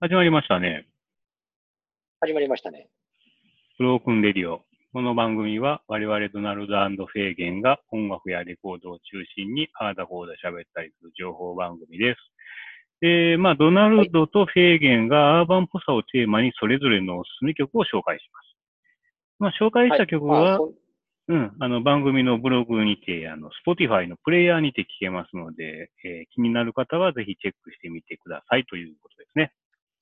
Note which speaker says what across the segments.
Speaker 1: 始まりましたね。
Speaker 2: 始まりましたね。
Speaker 1: ブロークンレディオ。この番組は我々ドナルドフェーゲンが音楽やレコードを中心にああだこうだ喋ったりする情報番組です。で、まあ、ドナルドとフェーゲンがアーバンっぽさをテーマにそれぞれのおすすめ曲を紹介します。まあ、紹介した曲
Speaker 2: はいまあ
Speaker 1: は、
Speaker 2: そん
Speaker 1: うん、あの番組のブログにて、あの、Spotify のプレイヤーにて聞けますので、えー気になる方はぜひチェックしてみてくださいということですね。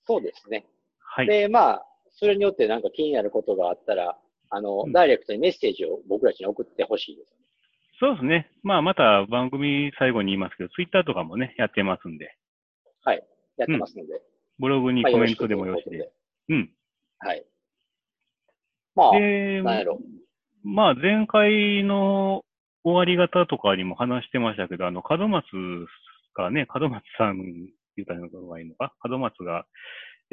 Speaker 2: そうですね。
Speaker 1: はい。
Speaker 2: で、まあ、それによってなんか気になることがあったら、あの、
Speaker 1: うん
Speaker 2: ダイレクトにメッセージを僕たちに送ってほしいです。
Speaker 1: そうですね。まあ、また番組最後に言いますけど、ツイッターとかもね、やってますんで、
Speaker 2: やってますので。
Speaker 1: ブログに
Speaker 2: まあ
Speaker 1: コメントでもよろしいです。。うん。
Speaker 2: はい。まあ、
Speaker 1: で、
Speaker 2: なんやろ。
Speaker 1: まあ、前回の終わり方とかにも話してましたけど、あの、門松がね、門松さん、言ったのがいいのか門松が、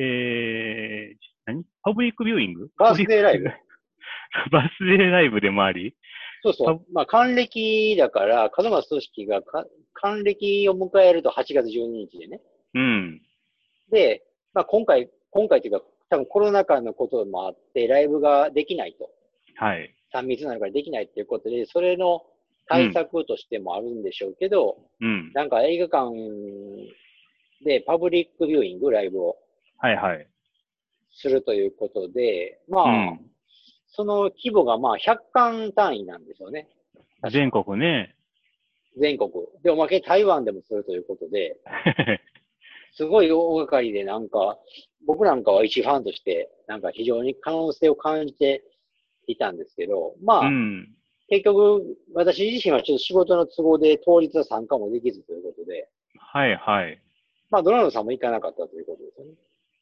Speaker 1: えー、何パブリックビューイング
Speaker 2: バースデーライブ。
Speaker 1: バースデーライブでもあり、
Speaker 2: そうそ
Speaker 1: あ
Speaker 2: う。まあ、還暦だから、門松俊樹がか還暦を迎えると8月12日でね。
Speaker 1: うん。
Speaker 2: で、まあ、今回、今回というか、多分コロナ禍のこともあって、ライブができないと。
Speaker 1: はい。
Speaker 2: 3密なのからできないっていうことで、それの対策としてもあるんでしょうけど、
Speaker 1: うん。
Speaker 2: なんか映画館でパブリックビューイング、ライブを
Speaker 1: はいはい。
Speaker 2: するということで、ま
Speaker 1: う
Speaker 2: あ、
Speaker 1: ん。
Speaker 2: その規模がまあ100巻単位なんですよね。
Speaker 1: 全国ね。
Speaker 2: 全国。で、おまけに台湾でもするというこ とで、すごい大掛かりでなんか、僕なんかは一ファンとして、なんか非常に可能性を感じていたんですけど、まあ、
Speaker 1: うん。
Speaker 2: 結局、私自身はちょっと仕事の都合で当日は参加もできずということで、
Speaker 1: はいはい。
Speaker 2: まあ、ドナルドさんも行かなかったということですよね。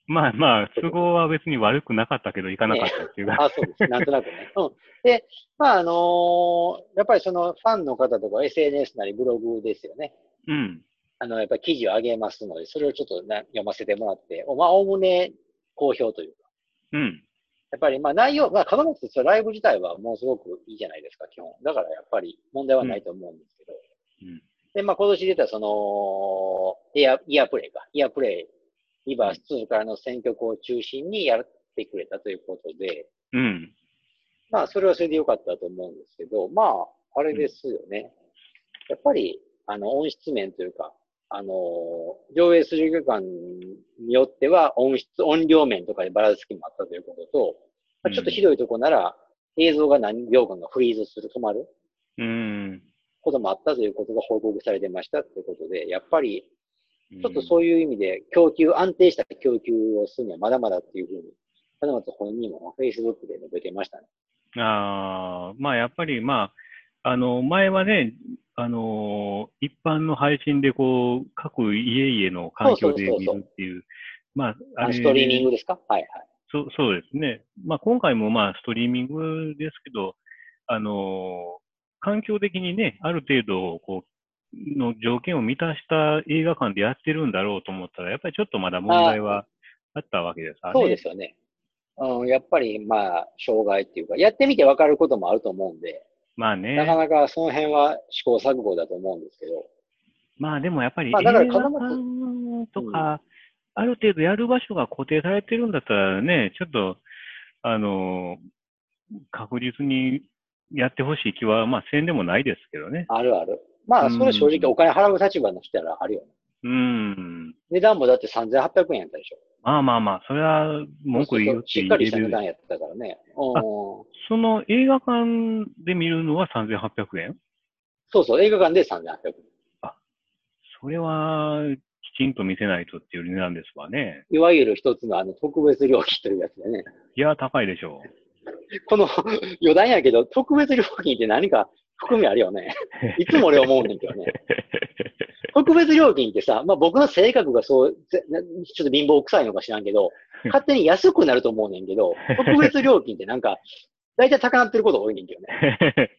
Speaker 1: まあまあ、都合は別に悪くなかったけど、行かなかったっていうか。
Speaker 2: あ、そうです。なんとなくね。うん。で、まあ、あのーやっぱりそのファンの方とか SNS なりブログですよね。
Speaker 1: うん。
Speaker 2: あの、やっぱり記事を上げますので、それをちょっとな読ませてもらって、おまあ、おおむね好評というか。
Speaker 1: うん。
Speaker 2: やっぱり、まあ、内容、まあ、門松ってそのライブ自体はもうすごくいいじゃないですか、基本。だから、やっぱり問題はないと思うんですけど。
Speaker 1: うん
Speaker 2: で、まあ、今年出た、その、イヤ、イヤープレイか。イヤープレイ、リバース2からの選曲を中心にやってくれたということで、
Speaker 1: うん。
Speaker 2: まあ、それはそれで良かったと思うんですけど、まあ、あれですよね。やっぱり、あの、音質面というか、あのー上映する映画館によっては、音質、音量面とかでばらつきもあったということと、まあちょっとひどいとこなら、映像が何秒間がフリーズする、止まる
Speaker 1: うん。
Speaker 2: こともあったということが報告されてましたということで、やっぱり、ちょっと
Speaker 1: う
Speaker 2: そういう意味で、供給、安定した供給をするにはまだまだっていうふうに、花松本人も Facebook で述べてましたね。
Speaker 1: ん。ああ、まあやっぱり、まあ、あの、前はね、あのー一般の配信でこう、各家々の環境で
Speaker 2: そう
Speaker 1: 見
Speaker 2: そうそうそう
Speaker 1: るっていう、まあ、あ
Speaker 2: あ
Speaker 1: れ、
Speaker 2: ストリーミングですかはいはい。
Speaker 1: そうそうですね。まあ今回もまあストリーミングですけど、あのー環境的にね、ある程度、こう、の条件を満たした映画館でやってるんだろうと思ったら、やっぱりちょっとまだ問題はあったわけですからね。
Speaker 2: そうですよね。うん、やっぱり、まあ、障害っていうか、やってみて分かることもあると思うんで、
Speaker 1: まあね。
Speaker 2: なかなかその辺は試行錯誤だと思うんですけど、
Speaker 1: まあでもやっぱり映
Speaker 2: ま
Speaker 1: 画
Speaker 2: あだから
Speaker 1: 館
Speaker 2: 金松
Speaker 1: とか、ある程度やる場所が固定されてるんだったらね、ちょっと、あの、確実にやってほしい気は、まあせんでもないですけどね。
Speaker 2: あるある。まあ、それは正直お金払う立場の人ならあるよね。
Speaker 1: うん。
Speaker 2: 値段もだって3800円やったでしょ。
Speaker 1: まあまあまあ、それは文句言うって
Speaker 2: しっ
Speaker 1: 言
Speaker 2: か
Speaker 1: え
Speaker 2: りした値
Speaker 1: る。
Speaker 2: 段やったか らね。うん
Speaker 1: あ。その映画館で見るのは3800円
Speaker 2: そうそう、映画館で3800円。
Speaker 1: それは、きちんと見せないとっていう値段ですわね。
Speaker 2: いわゆる一つのあの特別料金というやつでね。
Speaker 1: いや、高いでしょう。
Speaker 2: この余談やけど、特別料金って何か含みあるよね。いつも俺思うねんけどね。特別料金ってさ、まあ僕の性格がそう、ぜなちょっと貧乏臭いのか知らんけど、勝手に安くなると思うねんけど、特別料金ってなんか、大体高なってることが多いねんけど ね。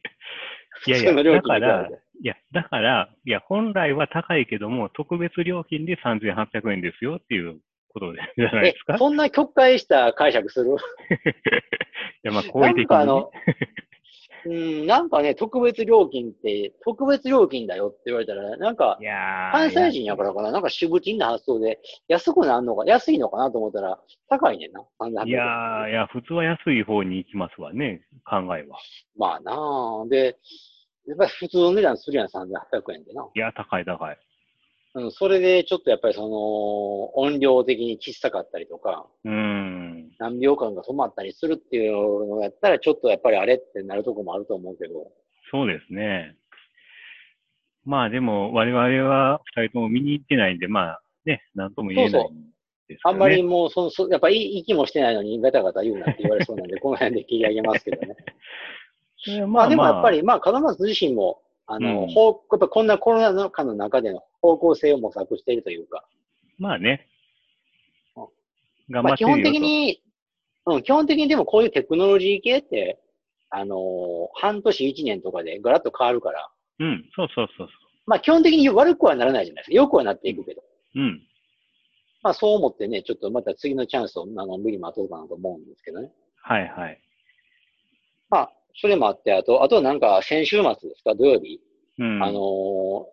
Speaker 1: いやい
Speaker 2: 普通の
Speaker 1: や、
Speaker 2: 料
Speaker 1: だ
Speaker 2: 金
Speaker 1: か
Speaker 2: に比べて
Speaker 1: ら、いや、だから、いや、本来は高いけども、特別料金で3800円ですよっていうことでじゃないですか。
Speaker 2: え、
Speaker 1: い
Speaker 2: そんな曲解した解釈する
Speaker 1: や、まあ、好
Speaker 2: な
Speaker 1: 意的
Speaker 2: ん
Speaker 1: に。
Speaker 2: かあの、うん、なんかね、特別料金って、特別料金だよって言われたら、なんか
Speaker 1: い、や
Speaker 2: 関西人やからかな、なんか主婦的な発想で、安くなんのか、安いのかなと思ったら、高いねんな、300
Speaker 1: いやーいや、普通は安い方に行きますわね、考えは。
Speaker 2: まあなあで、やっぱり普通の値段するやん、3800円でな。
Speaker 1: いや、高い高い。
Speaker 2: うん、それでちょっとやっぱりその、音量的に小さかったりとか、
Speaker 1: うーん。
Speaker 2: 何秒間が止まったりするっていうのをやったら、ちょっとやっぱりあれってなるとこもあると思うけど、
Speaker 1: そうですね。まあでも、我々は二人とも見に行ってないんで、まあね、なんとも言えないんですけど、ね。
Speaker 2: あんまりもうその、そやっぱり息もしてないのにガタガタ言うなって言われそうなんで、この辺で切り上げますけどね。
Speaker 1: いや。
Speaker 2: ま
Speaker 1: ま
Speaker 2: あ
Speaker 1: あ
Speaker 2: でもやっぱ
Speaker 1: まあ、
Speaker 2: り、まあ、門松自身も、あ
Speaker 1: う
Speaker 2: の、
Speaker 1: ん
Speaker 2: 方やっぱこんなコロナ禍の中での方向性を模索しているというか、
Speaker 1: まあね。頑
Speaker 2: ま
Speaker 1: 張
Speaker 2: あ
Speaker 1: って
Speaker 2: 基
Speaker 1: るよ
Speaker 2: 本
Speaker 1: と
Speaker 2: 的に、うん、基本的にでもこういうテクノロジー系って、あのー半年一年とかでガラッと変わるから、
Speaker 1: うん、そうそうそうそ
Speaker 2: まあ基本的に悪くはならないじゃないですか。良くはなっていくけど。
Speaker 1: う。うん。
Speaker 2: まあそう思ってね、ちょっとまた次のチャンスを、あの、無理待とうかなと思うんですけどね。
Speaker 1: はいはい。
Speaker 2: まあ、それもあって、あと、あとなんか先週末ですか、土曜日。
Speaker 1: うん。
Speaker 2: あのー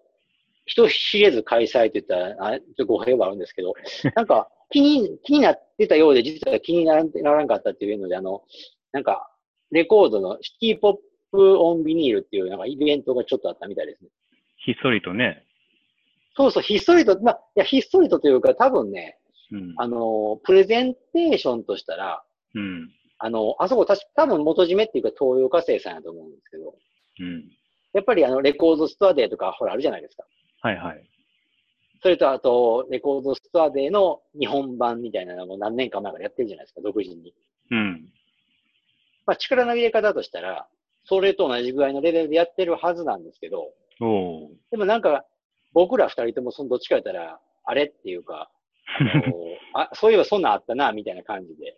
Speaker 2: 人知れず開催って言ったら、あれちょっと語弊はあるんです けど、なんか気に、気になってたようで、実は気にならんならんかったっていうので、あの、なんか、レコードのシティポップオンビニールっていうなんかイベントがちょっとあったみたいですね。
Speaker 1: ひっそりとね。
Speaker 2: そうそう、ひっそりと、まあ、いや、ひっそりとというか、多分ね、
Speaker 1: うん。
Speaker 2: あのープレゼンテーションとしたら、
Speaker 1: うん。
Speaker 2: あのあそこ、たし多分元締めっていうか、東洋化成さんやと思うんですけど、
Speaker 1: うん。
Speaker 2: やっぱりあの、レコードストアデーとか、ほら、あるじゃないですか。
Speaker 1: はいはい。
Speaker 2: それとあと、レコードストアデーの日本版みたいなのも何年か前からやってるじゃないですか、独自に。
Speaker 1: うん。
Speaker 2: まあ、力の入れ方としたら、それと同じぐらいのレベルでやってるはずなんですけど、
Speaker 1: おー。
Speaker 2: でもなんか、僕ら二人ともそのどっちか言ったら、あれっていうか、あ のあそういえばそんなんあったな、みたいな感じで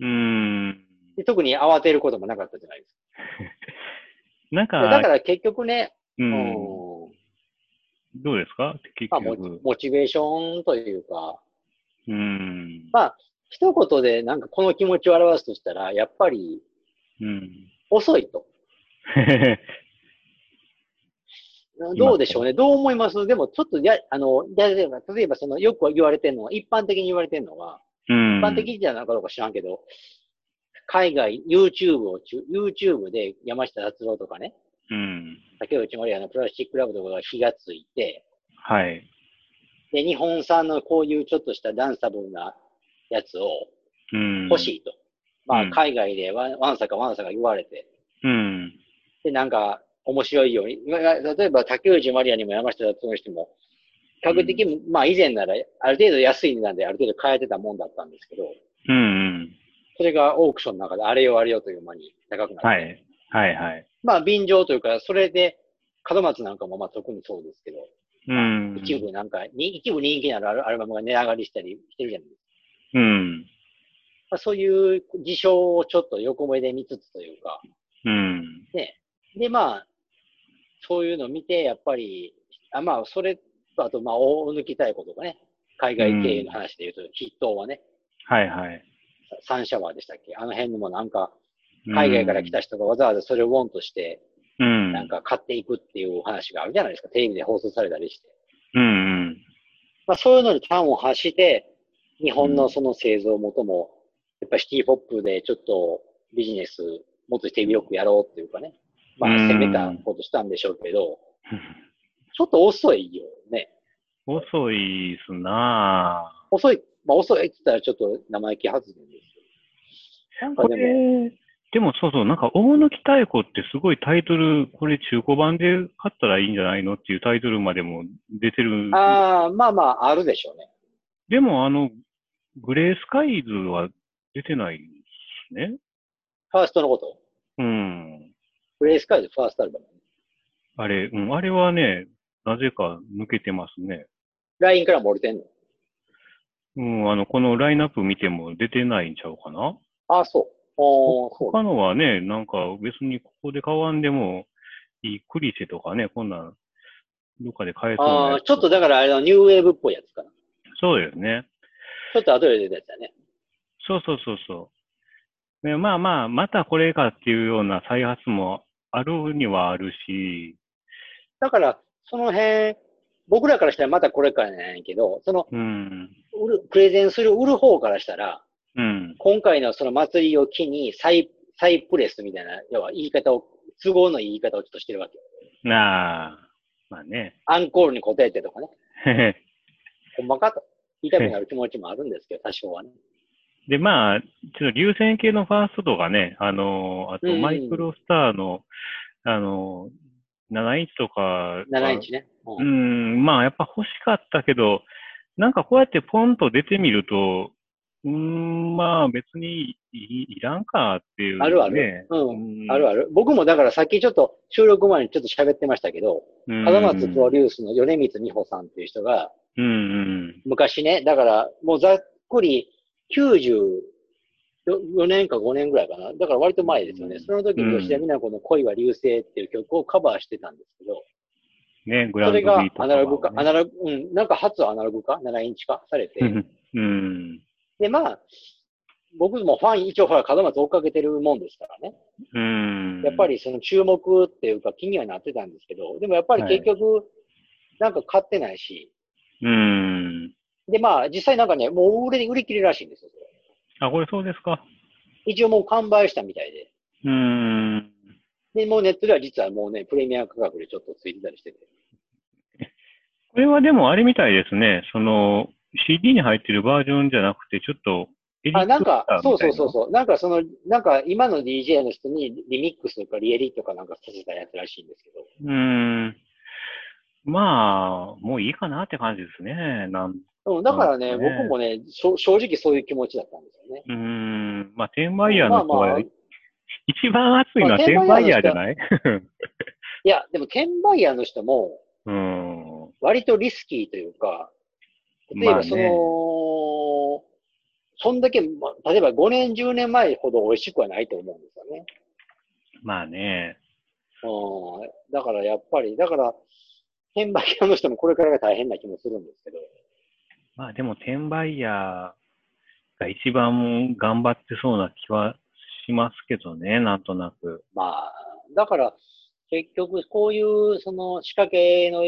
Speaker 1: うーん。
Speaker 2: で。特に慌てることもなかったじゃないです
Speaker 1: なん
Speaker 2: か。でだか
Speaker 1: か、
Speaker 2: ら結局ね、
Speaker 1: う。
Speaker 2: うんん、
Speaker 1: どうですか結
Speaker 2: まあモチ
Speaker 1: 局。
Speaker 2: モチベーションというか、
Speaker 1: うん。
Speaker 2: まあ、一言でなんかこの気持ちを表すとしたら、やっぱり
Speaker 1: うん。
Speaker 2: 遅いと。どうでしょうね、どう思いますでも、ちょっとや、あの、や例えば、例えばその、よく言われてるのは、一般的に言われてるのは、
Speaker 1: うん。
Speaker 2: 一般的じゃなかどうか知らんけど、海外、YouTube を中、YouTube で山下達郎とかね、
Speaker 1: うん。
Speaker 2: 竹内まりやのプラスチックラブとかが火がついて、
Speaker 1: はい。
Speaker 2: で、日本産のこういうちょっとしたダンサブルなやつを
Speaker 1: うん。
Speaker 2: 欲しいと。ま
Speaker 1: う
Speaker 2: あ、
Speaker 1: ん
Speaker 2: 海外でわわんさかわんさか言われて、
Speaker 1: うん。
Speaker 2: で、なんか、面白いように、まあ例えば竹内まりやにも山下達郎にしても、比較的、まあ以前なら、ある程度安い値段である程度買えてたもんだったんですけど、
Speaker 1: うんうん。
Speaker 2: それがオークションの中であれよあれよという間に高くなって、
Speaker 1: はい。はいはい。
Speaker 2: まあ便乗というか、それで、門松なんかもまあ特にそうですけど、
Speaker 1: うん。
Speaker 2: 一部なんかに、一部人気のあるアルアルバムが値上がりしたりしてるじゃないですか。
Speaker 1: うん。
Speaker 2: まあ、そういう事象をちょっと横目で見つつというか、
Speaker 1: うん。
Speaker 2: で、まあ、そういうのを見て、やっぱり、あまあ、それと、あと、まあ、大抜きたいことがね、海外経営の話で言うと、筆頭はね、
Speaker 1: はいはい。
Speaker 2: サンシャワーでしたっけあの辺のもなんか、海外から来た人がわざわざそれをウォンとして、
Speaker 1: うん。
Speaker 2: なんか買っていくっていうお話があるじゃないですか、テレビで放送されたりして。
Speaker 1: うんうん。
Speaker 2: まあ、そういうのに端を発して、日本のその製造元も、やっぱシティポップでちょっとビジネス、もっと手広くやろうっていうかね、まあ、
Speaker 1: うん
Speaker 2: 攻めたことしたんでしょうけど、ちょっと遅いよね。
Speaker 1: 遅いっすなぁ。
Speaker 2: 遅い、まあ、遅いって言ったらちょっと生意気発言ですけど。なんか
Speaker 1: こ
Speaker 2: でも、
Speaker 1: れ、でもそうそう、なんか、大貫妙子ってすごいタイトル、これ中古版で買ったらいいんじゃないのっていうタイトルまでも出てる。
Speaker 2: ああ、まあまあ、あるでしょうね。
Speaker 1: でも、あの、グレースカイズは出てないしね。
Speaker 2: ファーストのこと。
Speaker 1: うん。
Speaker 2: グレースカイズファーストアルバム。
Speaker 1: あれ、うん、あれはね、なぜか抜けてますね。
Speaker 2: LINE からも折れてんの。
Speaker 1: うん、あの、このラインナップ見ても出てないんちゃうかな
Speaker 2: ああ、そう。おーそう
Speaker 1: 他のはね、なんか別にここで買わんでもいいクリセとかね、こんなん、どっかで買えそうな
Speaker 2: あ
Speaker 1: や
Speaker 2: あ
Speaker 1: つ
Speaker 2: ー、ちょっとだからあれのニューウェーブっぽいやつかな。
Speaker 1: そうですね。
Speaker 2: ちょっと後で出たやつだね。
Speaker 1: そうそうそうそう。でまあまあ、またこれかっていうような再発もあるにはあるし、
Speaker 2: だから、その辺、僕らからしたらまたこれからじゃないけど、その、
Speaker 1: うん、
Speaker 2: 売る、プレゼンする売る方からしたら、
Speaker 1: うん、
Speaker 2: 今回のその祭りを機に再、再プレスみたいな、要は言い方を、都合のいい言い方をちょっとしてるわけよ。
Speaker 1: なあ、まあね、
Speaker 2: アンコールに応えてとかね、
Speaker 1: へへ
Speaker 2: ほんまかと言いたくなる気持ちもあるんですけど、多少はね。
Speaker 1: で、まあ、ちょっと流線形のファーストとかね、あの、あと
Speaker 2: うん
Speaker 1: マイクロスターの、あの、7インチとか、
Speaker 2: 7インチね。
Speaker 1: う
Speaker 2: うん
Speaker 1: ん、まあやっぱ欲しかったけど、なんかこうやってポンと出てみると、うーん、まあ別にいいいらんかっていう、ね。
Speaker 2: あるある。う。
Speaker 1: うんん
Speaker 2: あるある。僕もだからさっきちょっと収録前にちょっと喋ってましたけど、
Speaker 1: うん
Speaker 2: 門松プロデュースの米光美穂さんっていう人が、
Speaker 1: うんうん。
Speaker 2: 昔ね、だからもうざっくり94年か5年ぐらいかな。だから割と前ですよね。
Speaker 1: うん
Speaker 2: その時に吉田美奈子の恋は流星っていう曲をカバーしてたんですけど、
Speaker 1: ね、グラ
Speaker 2: そ
Speaker 1: ンド
Speaker 2: れ
Speaker 1: ビート
Speaker 2: が
Speaker 1: とか
Speaker 2: ア
Speaker 1: はね
Speaker 2: ナログ化、アナログ、うん、なんか初アナログ化 ?7 インチ化されて。
Speaker 1: うんうん。
Speaker 2: で、まあ、僕もファン、一応ほら、門松追っかけてるもんですからね。
Speaker 1: うん。
Speaker 2: やっぱりその注目っていうか気にはなってたんですけど、でもやっぱり結局、なんか買ってないし、
Speaker 1: うん。
Speaker 2: で、まあ実際なんかね、もう売れ売り切れるらしいんですよ。それ
Speaker 1: あ、これそうですか。
Speaker 2: 一応もう完売したみたいで。
Speaker 1: うん。
Speaker 2: で、もうネットでは実はもうね、プレミア価格でちょっとついてたりしてて。
Speaker 1: これはでもあれみたいですね。その、CD に入ってるバージョンじゃなくて、ちょっと、エリ
Speaker 2: あ、なんか、
Speaker 1: ク
Speaker 2: そう
Speaker 1: みたい
Speaker 2: そう
Speaker 1: な
Speaker 2: そうそう。なんかその、なんか今の DJ の人にリミックスとかリエリとかなんかさせたやつらしいんですけど。
Speaker 1: うーん。まあ、もういいかなって感じですね。なん
Speaker 2: うん、だからね、
Speaker 1: そうですね
Speaker 2: 僕もね、しょ正直そういう気持ちだったんですよね。
Speaker 1: うーん。まあ、テンバイヤーの人
Speaker 2: まあま
Speaker 1: は、
Speaker 2: あ、
Speaker 1: い
Speaker 2: い
Speaker 1: 一番熱いの
Speaker 2: ま
Speaker 1: は
Speaker 2: あ
Speaker 1: テンバイヤーじゃない
Speaker 2: や、でも転売屋の人も、
Speaker 1: うーん。
Speaker 2: 割とリスキーというか、例え
Speaker 1: まあ
Speaker 2: ば
Speaker 1: ね
Speaker 2: その、そんだけ、ま例えば5年、10年前ほど美味しくはないと思うんですよね。
Speaker 1: まあね。
Speaker 2: うん。だからやっぱり、だから、転売屋の人もこれからが大変な気もするんですけど。
Speaker 1: まあでも、テンバイヤーが一番頑張ってそうな気はしますけどね、なんとなく。
Speaker 2: まあ、だから、結局、こういう、その、仕掛けの、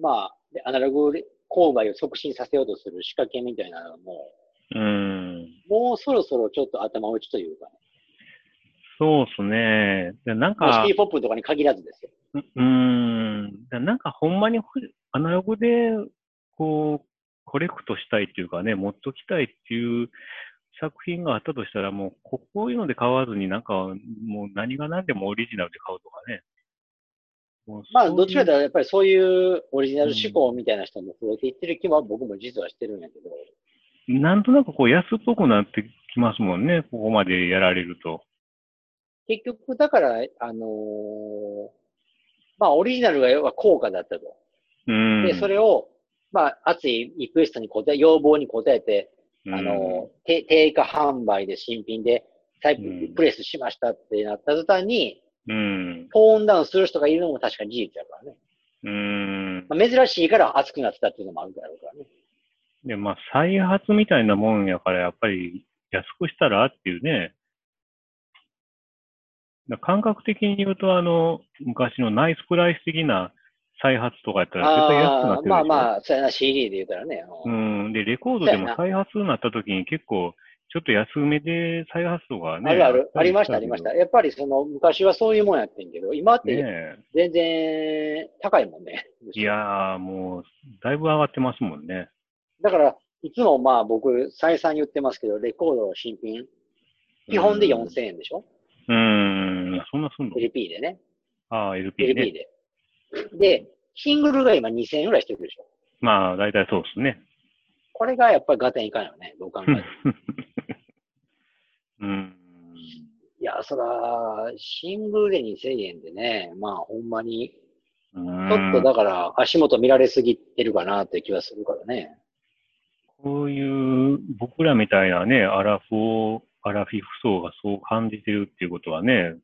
Speaker 2: まあ、でアナログ購買を促進させようとする仕掛けみたいなのも、
Speaker 1: うーん。
Speaker 2: もうそろそろちょっと頭打ちというか、ね、
Speaker 1: そうっすね。でなん
Speaker 2: まあ
Speaker 1: か
Speaker 2: シティ、ポップとかに限らずですよ。
Speaker 1: ううーん。だなんかほんまにほアナログで、こう、コレクトしたいっていうかね、持っときたいっていう作品があったとしたら、もうここういうので買わずに、なんかもう何が何でもオリジナルで買うとかね。もう
Speaker 2: まあ、
Speaker 1: そういう
Speaker 2: どちらかというとやっぱりそういうオリジナル志向みたいな人も増えていってる気は僕も実はしてるんやけど、
Speaker 1: なんとなくこう安っぽくなってきますもんね、ここまでやられると。
Speaker 2: 結局だから、あのーまあ、オリジナルが要は効果だったと。
Speaker 1: うーん。
Speaker 2: で、それを、まあ、熱いリクエストに応え、要望に応えて、
Speaker 1: うん、
Speaker 2: あのーて定価販売で新品でタイ
Speaker 1: うん
Speaker 2: ププレスしましたってなった途端に、
Speaker 1: うん。
Speaker 2: トーンダウンする人がいるのも確かに事実だからね。
Speaker 1: うーん。
Speaker 2: まあ、珍しいから熱くなってたっていうのもあるだろうからね。
Speaker 1: で、まあ、再発みたいなもんやから、やっぱり安くしたらっていうね。だ感覚的に言うと、あの、昔のナイスプライス的な再発とかやったら絶対安くなっ
Speaker 2: あ
Speaker 1: てる
Speaker 2: あ、
Speaker 1: でしょ
Speaker 2: まあまあ、そうやな、CD で言うたらね。うん
Speaker 1: うん。で、レコードで
Speaker 2: そうや
Speaker 1: も
Speaker 2: な
Speaker 1: 再発になった時に結構、ちょっと安めで再発とかね。
Speaker 2: あるある。ありました、あ
Speaker 1: け
Speaker 2: り
Speaker 1: ど
Speaker 2: ました。。やっぱりその昔はそういうもんやってんけど、今っ
Speaker 1: ね
Speaker 2: て全然高いもんね。
Speaker 1: え。いやー、もう、だいぶ上がってますもんね。
Speaker 2: だから、いつもまあ僕、再三言ってますけど、レコードの新品、基本で4000円でしょ、
Speaker 1: うーん。いやそんなすんの
Speaker 2: ?LP でね。
Speaker 1: ああ、LP ね。
Speaker 2: LP で。で、シングルが今2000円ぐらいしてるでしょ
Speaker 1: まあ、だいたいそうですね。
Speaker 2: これがやっぱりガテンいかんよね、どう考えても。
Speaker 1: うん。
Speaker 2: いや、そら、シングルで2000円でね、まあほんまに、
Speaker 1: ち
Speaker 2: ちょっとだから足元見られすぎてるかなって気はするからね。
Speaker 1: こういう僕らみたいなね、アラフォー、アラフィフ層がそう感じてるっていうことはね、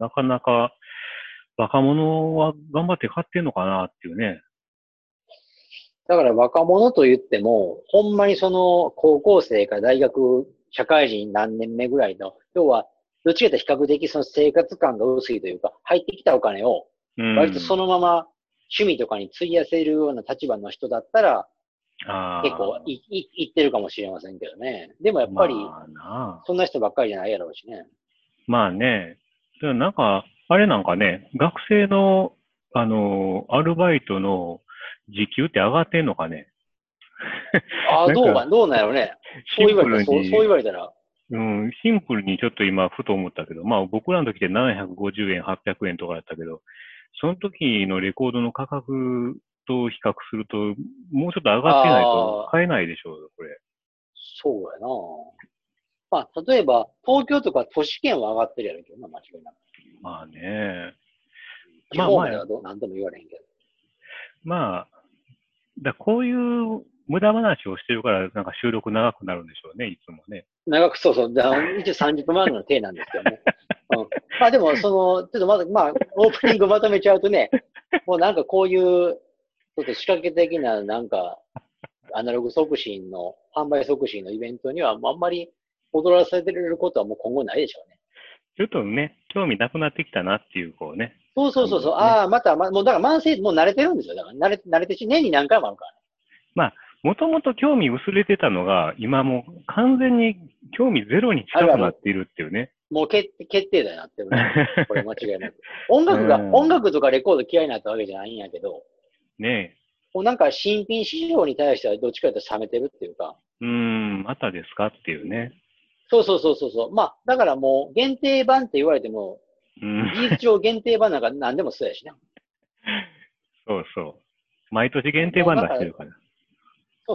Speaker 1: なかなか若者は頑張って買ってんのかなっていうね。
Speaker 2: だから若者と言っても、ほんまにその高校生か大学、社会人何年目ぐらいの、要はどっちかというと比較的その生活感が薄いというか、入ってきたお金を、
Speaker 1: うん
Speaker 2: 割とそのまま趣味とかに費やせるような立場の人だったら、
Speaker 1: あー
Speaker 2: 結構い、い、いってるかもしれませんけどね。でもやっぱり、
Speaker 1: まあなあ
Speaker 2: そんな人ばっかりじゃないやろうしね。
Speaker 1: まあね。でもなんか、あれなんかね、学生の、あの、アルバイトの時給って上がってんのかね。な
Speaker 2: ああ、
Speaker 1: んか
Speaker 2: どうか、どうなんやろうね。そう言われたら、そうそう言われたら、
Speaker 1: うん、シンプルにちょっと今、ふと思ったけど、まあ僕らの時って750円、800円とかだったけど、その時のレコードの価格と比較すると、もうちょっと上がってないと
Speaker 2: あー
Speaker 1: 買えないでしょうよ、これ。
Speaker 2: そうやなまあ、例えば、東京とか都市圏は上がってるやろうけどな、間違いなく。
Speaker 1: まあね。
Speaker 2: 地
Speaker 1: まあ
Speaker 2: 方まではどう、なんとも言われへんけど。
Speaker 1: まあ、だこういう無駄話をしてるから、なんか収録長くなるんでしょうね、いつもね。
Speaker 2: 長く、そうそう、だ一応30分前の手なんですけどね。うん、まあでも、その、ちょっとまだ、まあ、オープニングまとめちゃうとね、 もうなんかこういう、ちょっと仕掛け的な、なんか、アナログ促進の、販売促進のイベントには、まああんまり踊らされることはもう今後ないでしょうね。
Speaker 1: ちょっとね、興味なくなってきたなっていう、こうね。
Speaker 2: そうそうそうそう、
Speaker 1: そうですね
Speaker 2: ああ、また、ま、もうだから慢性、もう慣れてるんですよ。だから慣れ慣れてし、年に何回もあるから。
Speaker 1: もともと興味薄れてたのが、今もう完全に興味ゼロに近くなっているっていうね。
Speaker 2: もう決決定だなってるね。これ間違いなく。音楽が、
Speaker 1: うん
Speaker 2: 音楽とかレコード嫌いになったわけじゃないんやけど、
Speaker 1: ね
Speaker 2: もうなんか新品市場に対してはどっちかというと冷めてるっていうか、
Speaker 1: え。うーん、またですかっていうね。
Speaker 2: そうそうそうそうそう。まあ、だからもう限定版って言われても、
Speaker 1: うん、
Speaker 2: 事実上限定版なんか何でもそうやしな。
Speaker 1: そうそう。毎年限定版出してるから。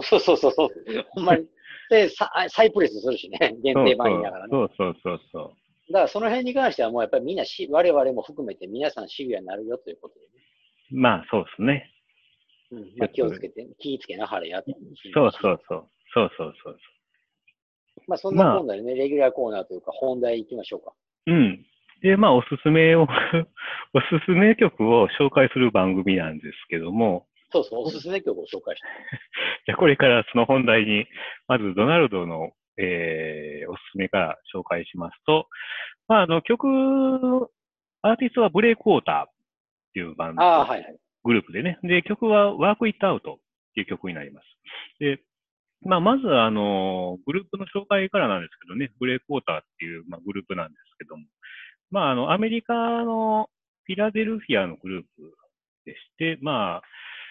Speaker 2: そうそうそうそうそう。ほんまに。で、さ再プレスするしね。限定版にながらね。
Speaker 1: そうそうそうそうそう。
Speaker 2: だからその辺に関してはもうやっぱりみんなし、我々も含めて皆さんシビアになるよということでね。
Speaker 1: まあ、そうですね。
Speaker 2: うん。まあ気をつけて、気ぃつけなはれやと。
Speaker 1: そうそうそう。そうそうそうそう。
Speaker 2: まあそんなこんなでね、レギュラーコーナーというか本題行きましょうか。
Speaker 1: うん。で、まあ、おすすめを、 おすすめ曲を紹介する番組なんですけども、
Speaker 2: そうそう、おすすめ曲を紹介した。
Speaker 1: じゃあこれからその本題に、まずドナルドの、えー、おすすめから紹介しますと、まあ、あの、曲、アーティストはブレイクウォーターっていうバンド、
Speaker 2: ああ、はいはい。
Speaker 1: グループでね。で、曲は Work It Out っていう曲になります。で、まあ、まず、あの、グループの紹介からなんですけどね、ブレイクウォーターっていう、まあ、グループなんですけども、まあ、あの、アメリカのフィラデルフィアのグループでして、まあ、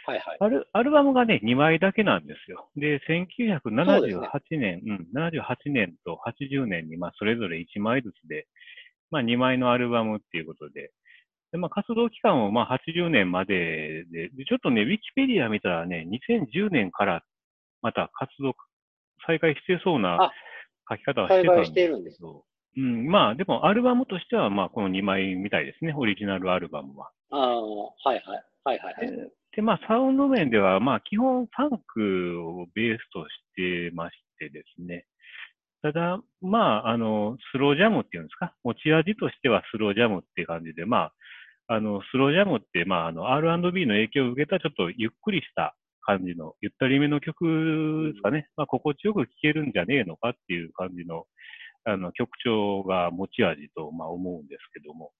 Speaker 2: はいはい。
Speaker 1: アルアルバムがね、2枚だけなんですよ。で、
Speaker 2: そうです
Speaker 1: 1978
Speaker 2: ね
Speaker 1: 年、うん、78年と80年に、まあ、それぞれ1枚ずつで、まあ、2枚のアルバムっていうことで、でまあ、活動期間をまあ80年まででで、ちょっとね、ウィキペディア見たらね、2010年からまた活動再開してそうな
Speaker 2: あ
Speaker 1: 書き方はして
Speaker 2: 栽
Speaker 1: たん
Speaker 2: 培
Speaker 1: です
Speaker 2: し
Speaker 1: け
Speaker 2: てるんです。
Speaker 1: ど、うん、まあ、でもアルバムとしては、まあ、この2枚みたいですね、オリジナルアルバムは。
Speaker 2: ああ、はいはい。はいはいはい。
Speaker 1: で、まあ、サウンド面では、まあ、基本ファンクをベースとしてましてですね。ただ、まあ、あの、スロージャムっていうんですか、持ち味としてはスロージャムっていう感じで、まあ、あの、スロージャムって、まあ、あの、R&B の影響を受けたちょっとゆっくりした感じの、ゆったりめの曲ですかね。まあ、心地よく聴けるんじゃねえのかっていう感じの、あの、曲調が持ち味と、まあ、思うんですけども。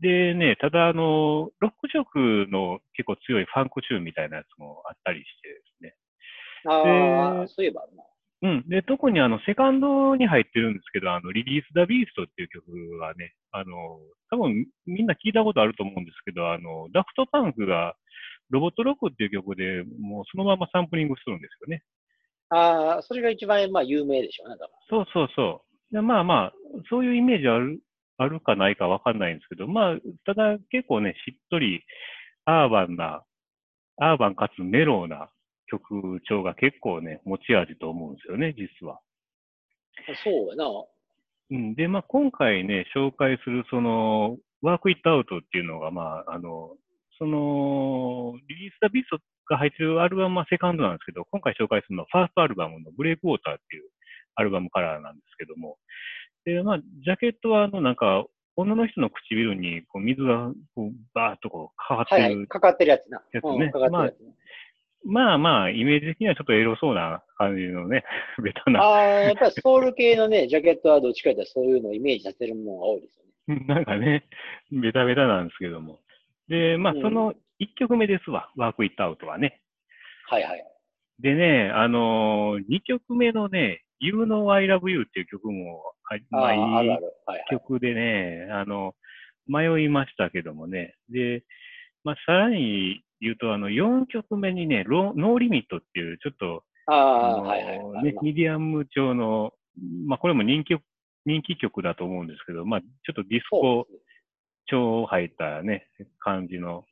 Speaker 1: でね、ただあの、ロック色の結構強いファンクチューンみたいなやつもあったりしてですね。
Speaker 2: あ
Speaker 1: え
Speaker 2: あ
Speaker 1: ー、
Speaker 2: そういえばあるな、
Speaker 1: うん。で、特にあの、セカンドに入ってるんですけど、あの、リリース・ダ・ビーストっていう曲はね、あの、多分みんな聞いたことあると思うんですけど、あの、ダフトパンクがロボットロックっていう曲でもうそのままサンプリングするんですよね。
Speaker 2: ああ、それが一番、まあ、有名でしょうね、だか
Speaker 1: そうそうそう。でまあまあ、そういうイメージあるあるかないかわかんないんですけど、まあ、ただ結構ね、しっとりアーバンな、アーバンかつメローな曲調が結構ね、持ち味と思うんですよね、実は。
Speaker 2: ら。そうやな。
Speaker 1: うん、で、まあ今回ね、紹介するその、ワークイットアウトっていうのが、まあ、あの、その、リリース・ザ・ビーストが入ってるアルバムはセカンドなんですけど、今回紹介するのはファーストアルバムのブレイクウォーターっていうアルバムからなんですけども、で、まあ、ジャケットはあの、なんか、女の人の唇にこう水がこうバーッとこうかかっ
Speaker 2: は
Speaker 1: て
Speaker 2: い、は
Speaker 1: る
Speaker 2: い。かかってるやつな。
Speaker 1: やつね
Speaker 2: うん、かかってるやつね。
Speaker 1: まあまあ、イメージ的にはちょっとエロそうな感じのね、 ベタな。
Speaker 2: ああ、やっぱりソウル系のね、ジャケットはどっちかというとそういうのをイメージさせるものが多いですよ ね。
Speaker 1: なんかね、ベタベタなんですけども。で、まあ
Speaker 2: う、ん
Speaker 1: その1曲目ですわ、ワークイットアウトはね。
Speaker 2: はいはい。
Speaker 1: でね、あのー、2曲目のね、You Know I Love You っていう曲も、あ
Speaker 2: あ
Speaker 1: まあ、い
Speaker 2: あ、あるあ
Speaker 1: い
Speaker 2: る。はいはい。
Speaker 1: 曲でね、あの、迷いましたけどもね。で、まあ、さらに言うと、あの、4曲目にね、ロノーリミットっていう、ちょっと、
Speaker 2: ああ、
Speaker 1: あの
Speaker 2: はいはい。あ
Speaker 1: ね
Speaker 2: り、ます
Speaker 1: ミディアム調の、まあ、これも人気人気曲だと思うんですけど、まあ、ちょっとディス
Speaker 2: そ
Speaker 1: コ
Speaker 2: うですね
Speaker 1: 調入ったね、感じの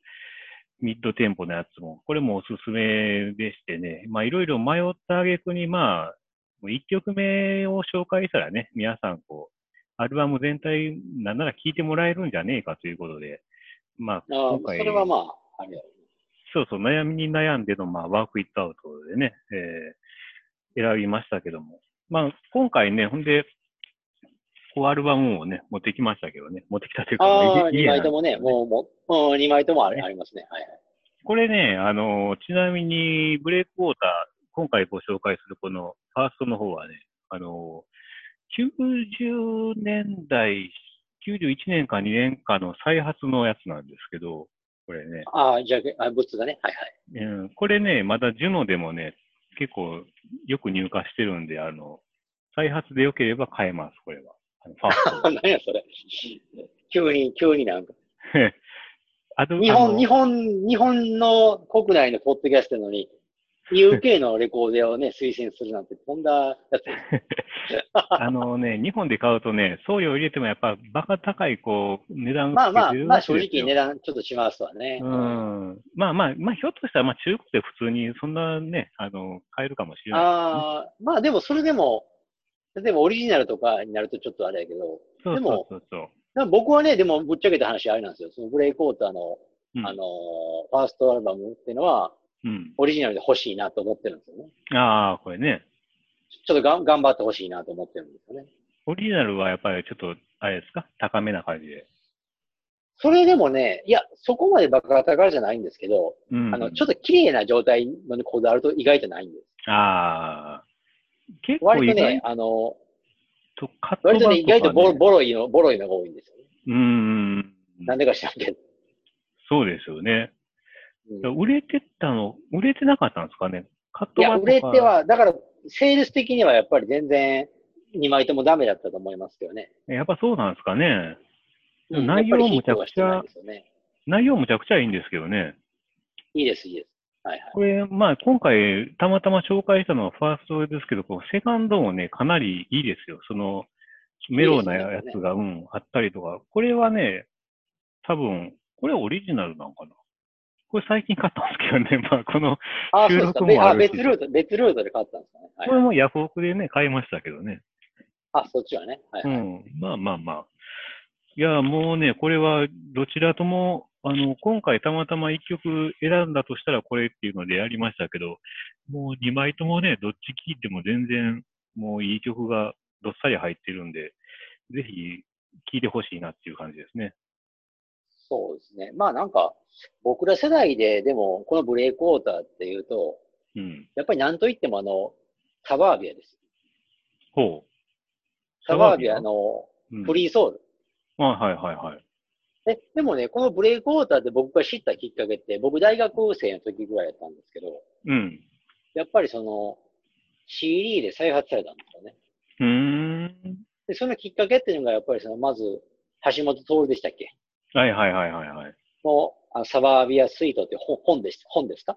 Speaker 1: ミッドテンポのやつも、これもおすすめでしてね、まあ、いろいろ迷った挙句に、まあ、1曲目を紹介したらね、皆さん、こう、アルバム全体、なんなら聴いてもらえるんじゃねえかということで、まあ、
Speaker 2: ああ
Speaker 1: 今回、
Speaker 2: それはまあ、あれやろ
Speaker 1: そうそう、悩みに悩んでの、まあ、ワークイットアウトでね、えー選びましたけども。まあ、今回ね、ほんで、こうアルバムをね、持ってきましたけどね、持ってきたというか、
Speaker 2: ああ、
Speaker 1: 家
Speaker 2: 2枚ともね、
Speaker 1: 家なんですけど
Speaker 2: もう、もう、うん、2枚ともあれ
Speaker 1: ね
Speaker 2: ありますね。はいはい。
Speaker 1: これね、あの、ちなみに、ブレイクウォーター、今回ご紹介するこの、ファーストの方はね、あの、90年代、91年か2年かの再発のやつなんですけど、これね、
Speaker 2: ああ、じゃあ、あ物質がね。はいはい。
Speaker 1: うんこれね、まだジュノでもね、結構よく入荷してるんで、あの、再発で良ければ買えます、これは。あのファ ースト
Speaker 2: 何やそれ。急に、急になんか。
Speaker 1: あと
Speaker 2: 日
Speaker 1: あ
Speaker 2: 本、
Speaker 1: の
Speaker 2: 日本、日本の国内のポッドキャストなのに、UK のレコードを ね、推薦するなんて、とんだやつです。
Speaker 1: あのね、日本で買うとね、送料入れてもやっぱバカ高い、こう、値段
Speaker 2: まあま
Speaker 1: つ
Speaker 2: あ
Speaker 1: けて、る
Speaker 2: まあ
Speaker 1: わけ
Speaker 2: 正
Speaker 1: です
Speaker 2: 直
Speaker 1: よ
Speaker 2: 値段ちょっとしますわね。
Speaker 1: う。ん。まあまあ、まあ、ひょっとしたら、まあ、中古で普通にそんなね、あの、買えるかもしれない。
Speaker 2: ああ、まあでもそれでも、例えばオリジナルとかになるとちょっとあれやけど、
Speaker 1: そうそう
Speaker 2: でも
Speaker 1: そうそう。
Speaker 2: なんか僕はね、でもぶっちゃけた話あれなんですよ。そのブレイクウォーターの、
Speaker 1: うん
Speaker 2: あのー、ファーストアルバムっていうのは、
Speaker 1: うん。
Speaker 2: オリジナルで欲しいなと思ってるんですよね。
Speaker 1: ああ、これね。
Speaker 2: ちょっとがん頑張ってほしいなと思ってるんですよね。
Speaker 1: オリジナルはやっぱりちょっと、あれですか高めな感じで。
Speaker 2: それでもね、いや、そこまでバカ高じゃないんですけど、
Speaker 1: うん。
Speaker 2: あの、ちょっと綺麗な状態のにこだわると意外とないんです。
Speaker 1: ああ。結構
Speaker 2: 割
Speaker 1: 意
Speaker 2: と
Speaker 1: 外
Speaker 2: ね、あの、
Speaker 1: とカットバックと
Speaker 2: 割と
Speaker 1: か、
Speaker 2: ね、
Speaker 1: ね、
Speaker 2: 意外とボロボロいの、ボロいのが多いんですよね。
Speaker 1: うーん。
Speaker 2: なんでか知らんけど。
Speaker 1: そうですよね。
Speaker 2: うん
Speaker 1: 売れてたの、売れてなかったんですかね。カッ
Speaker 2: い
Speaker 1: ト
Speaker 2: や、
Speaker 1: バック
Speaker 2: 売れて、は、だから、セールス的にはやっぱり全然2枚ともダメだったと思いますけどね。
Speaker 1: やっぱそうなんですかね。でも
Speaker 2: うん
Speaker 1: 内容
Speaker 2: やっぱりヒ
Speaker 1: む
Speaker 2: ッ
Speaker 1: ちゃ
Speaker 2: ト
Speaker 1: く
Speaker 2: は
Speaker 1: ちゃ
Speaker 2: してないですよね。
Speaker 1: 内容むちゃくちゃいいんですけどね。
Speaker 2: いいです、いいです。はいはい。
Speaker 1: これ、まあ今回たまたま紹介したのはファーストですけど、こうセカンドもね、かなりいいですよ。その、メロウなやつが、うん、あったりとか。これはね、多分、これオリジナルなのかな。これ最近買ったんですけどね、 まあこの、
Speaker 2: あ、そ
Speaker 1: 収
Speaker 2: うですか。
Speaker 1: 録
Speaker 2: べ
Speaker 1: もあ
Speaker 2: あ、
Speaker 1: るし
Speaker 2: 別ルート、別ルートで買ったんですかね。
Speaker 1: これ
Speaker 2: はい。
Speaker 1: もヤフオクでね、買いましたけどね。
Speaker 2: あ、そっちはね。はいうはい。
Speaker 1: ん。まあまあまあ。いや、もうね、これはどちらとも、あの、今回たまたま1曲選んだとしたらこれっていうのでやりましたけど、もう2枚ともね、どっち聴いても全然、もういい曲がどっさり入ってるんで、ぜひ聴いてほしいなっていう感じですね。
Speaker 2: そうですね。まあなんか、僕ら世代で、でも、このブレイクウォーターっていうと、
Speaker 1: うん。
Speaker 2: やっぱり何と言ってもあの、サバービアです。
Speaker 1: ほう。
Speaker 2: サバービアの
Speaker 1: うん、
Speaker 2: フリーソウル。
Speaker 1: あはいはいはい。
Speaker 2: え、でもね、このブレイクウォーターって僕が知ったきっかけって、僕大学生の時ぐらいだったんですけど、
Speaker 1: うん。
Speaker 2: やっぱりその CD で再発されたんですよね。
Speaker 1: うーん。
Speaker 2: で、そのきっかけっていうのがやっぱりその、まず、橋本徹でしたっけ
Speaker 1: はいはいはいはいはい。
Speaker 2: の、あのサバービアスイートっていう本本です本ですか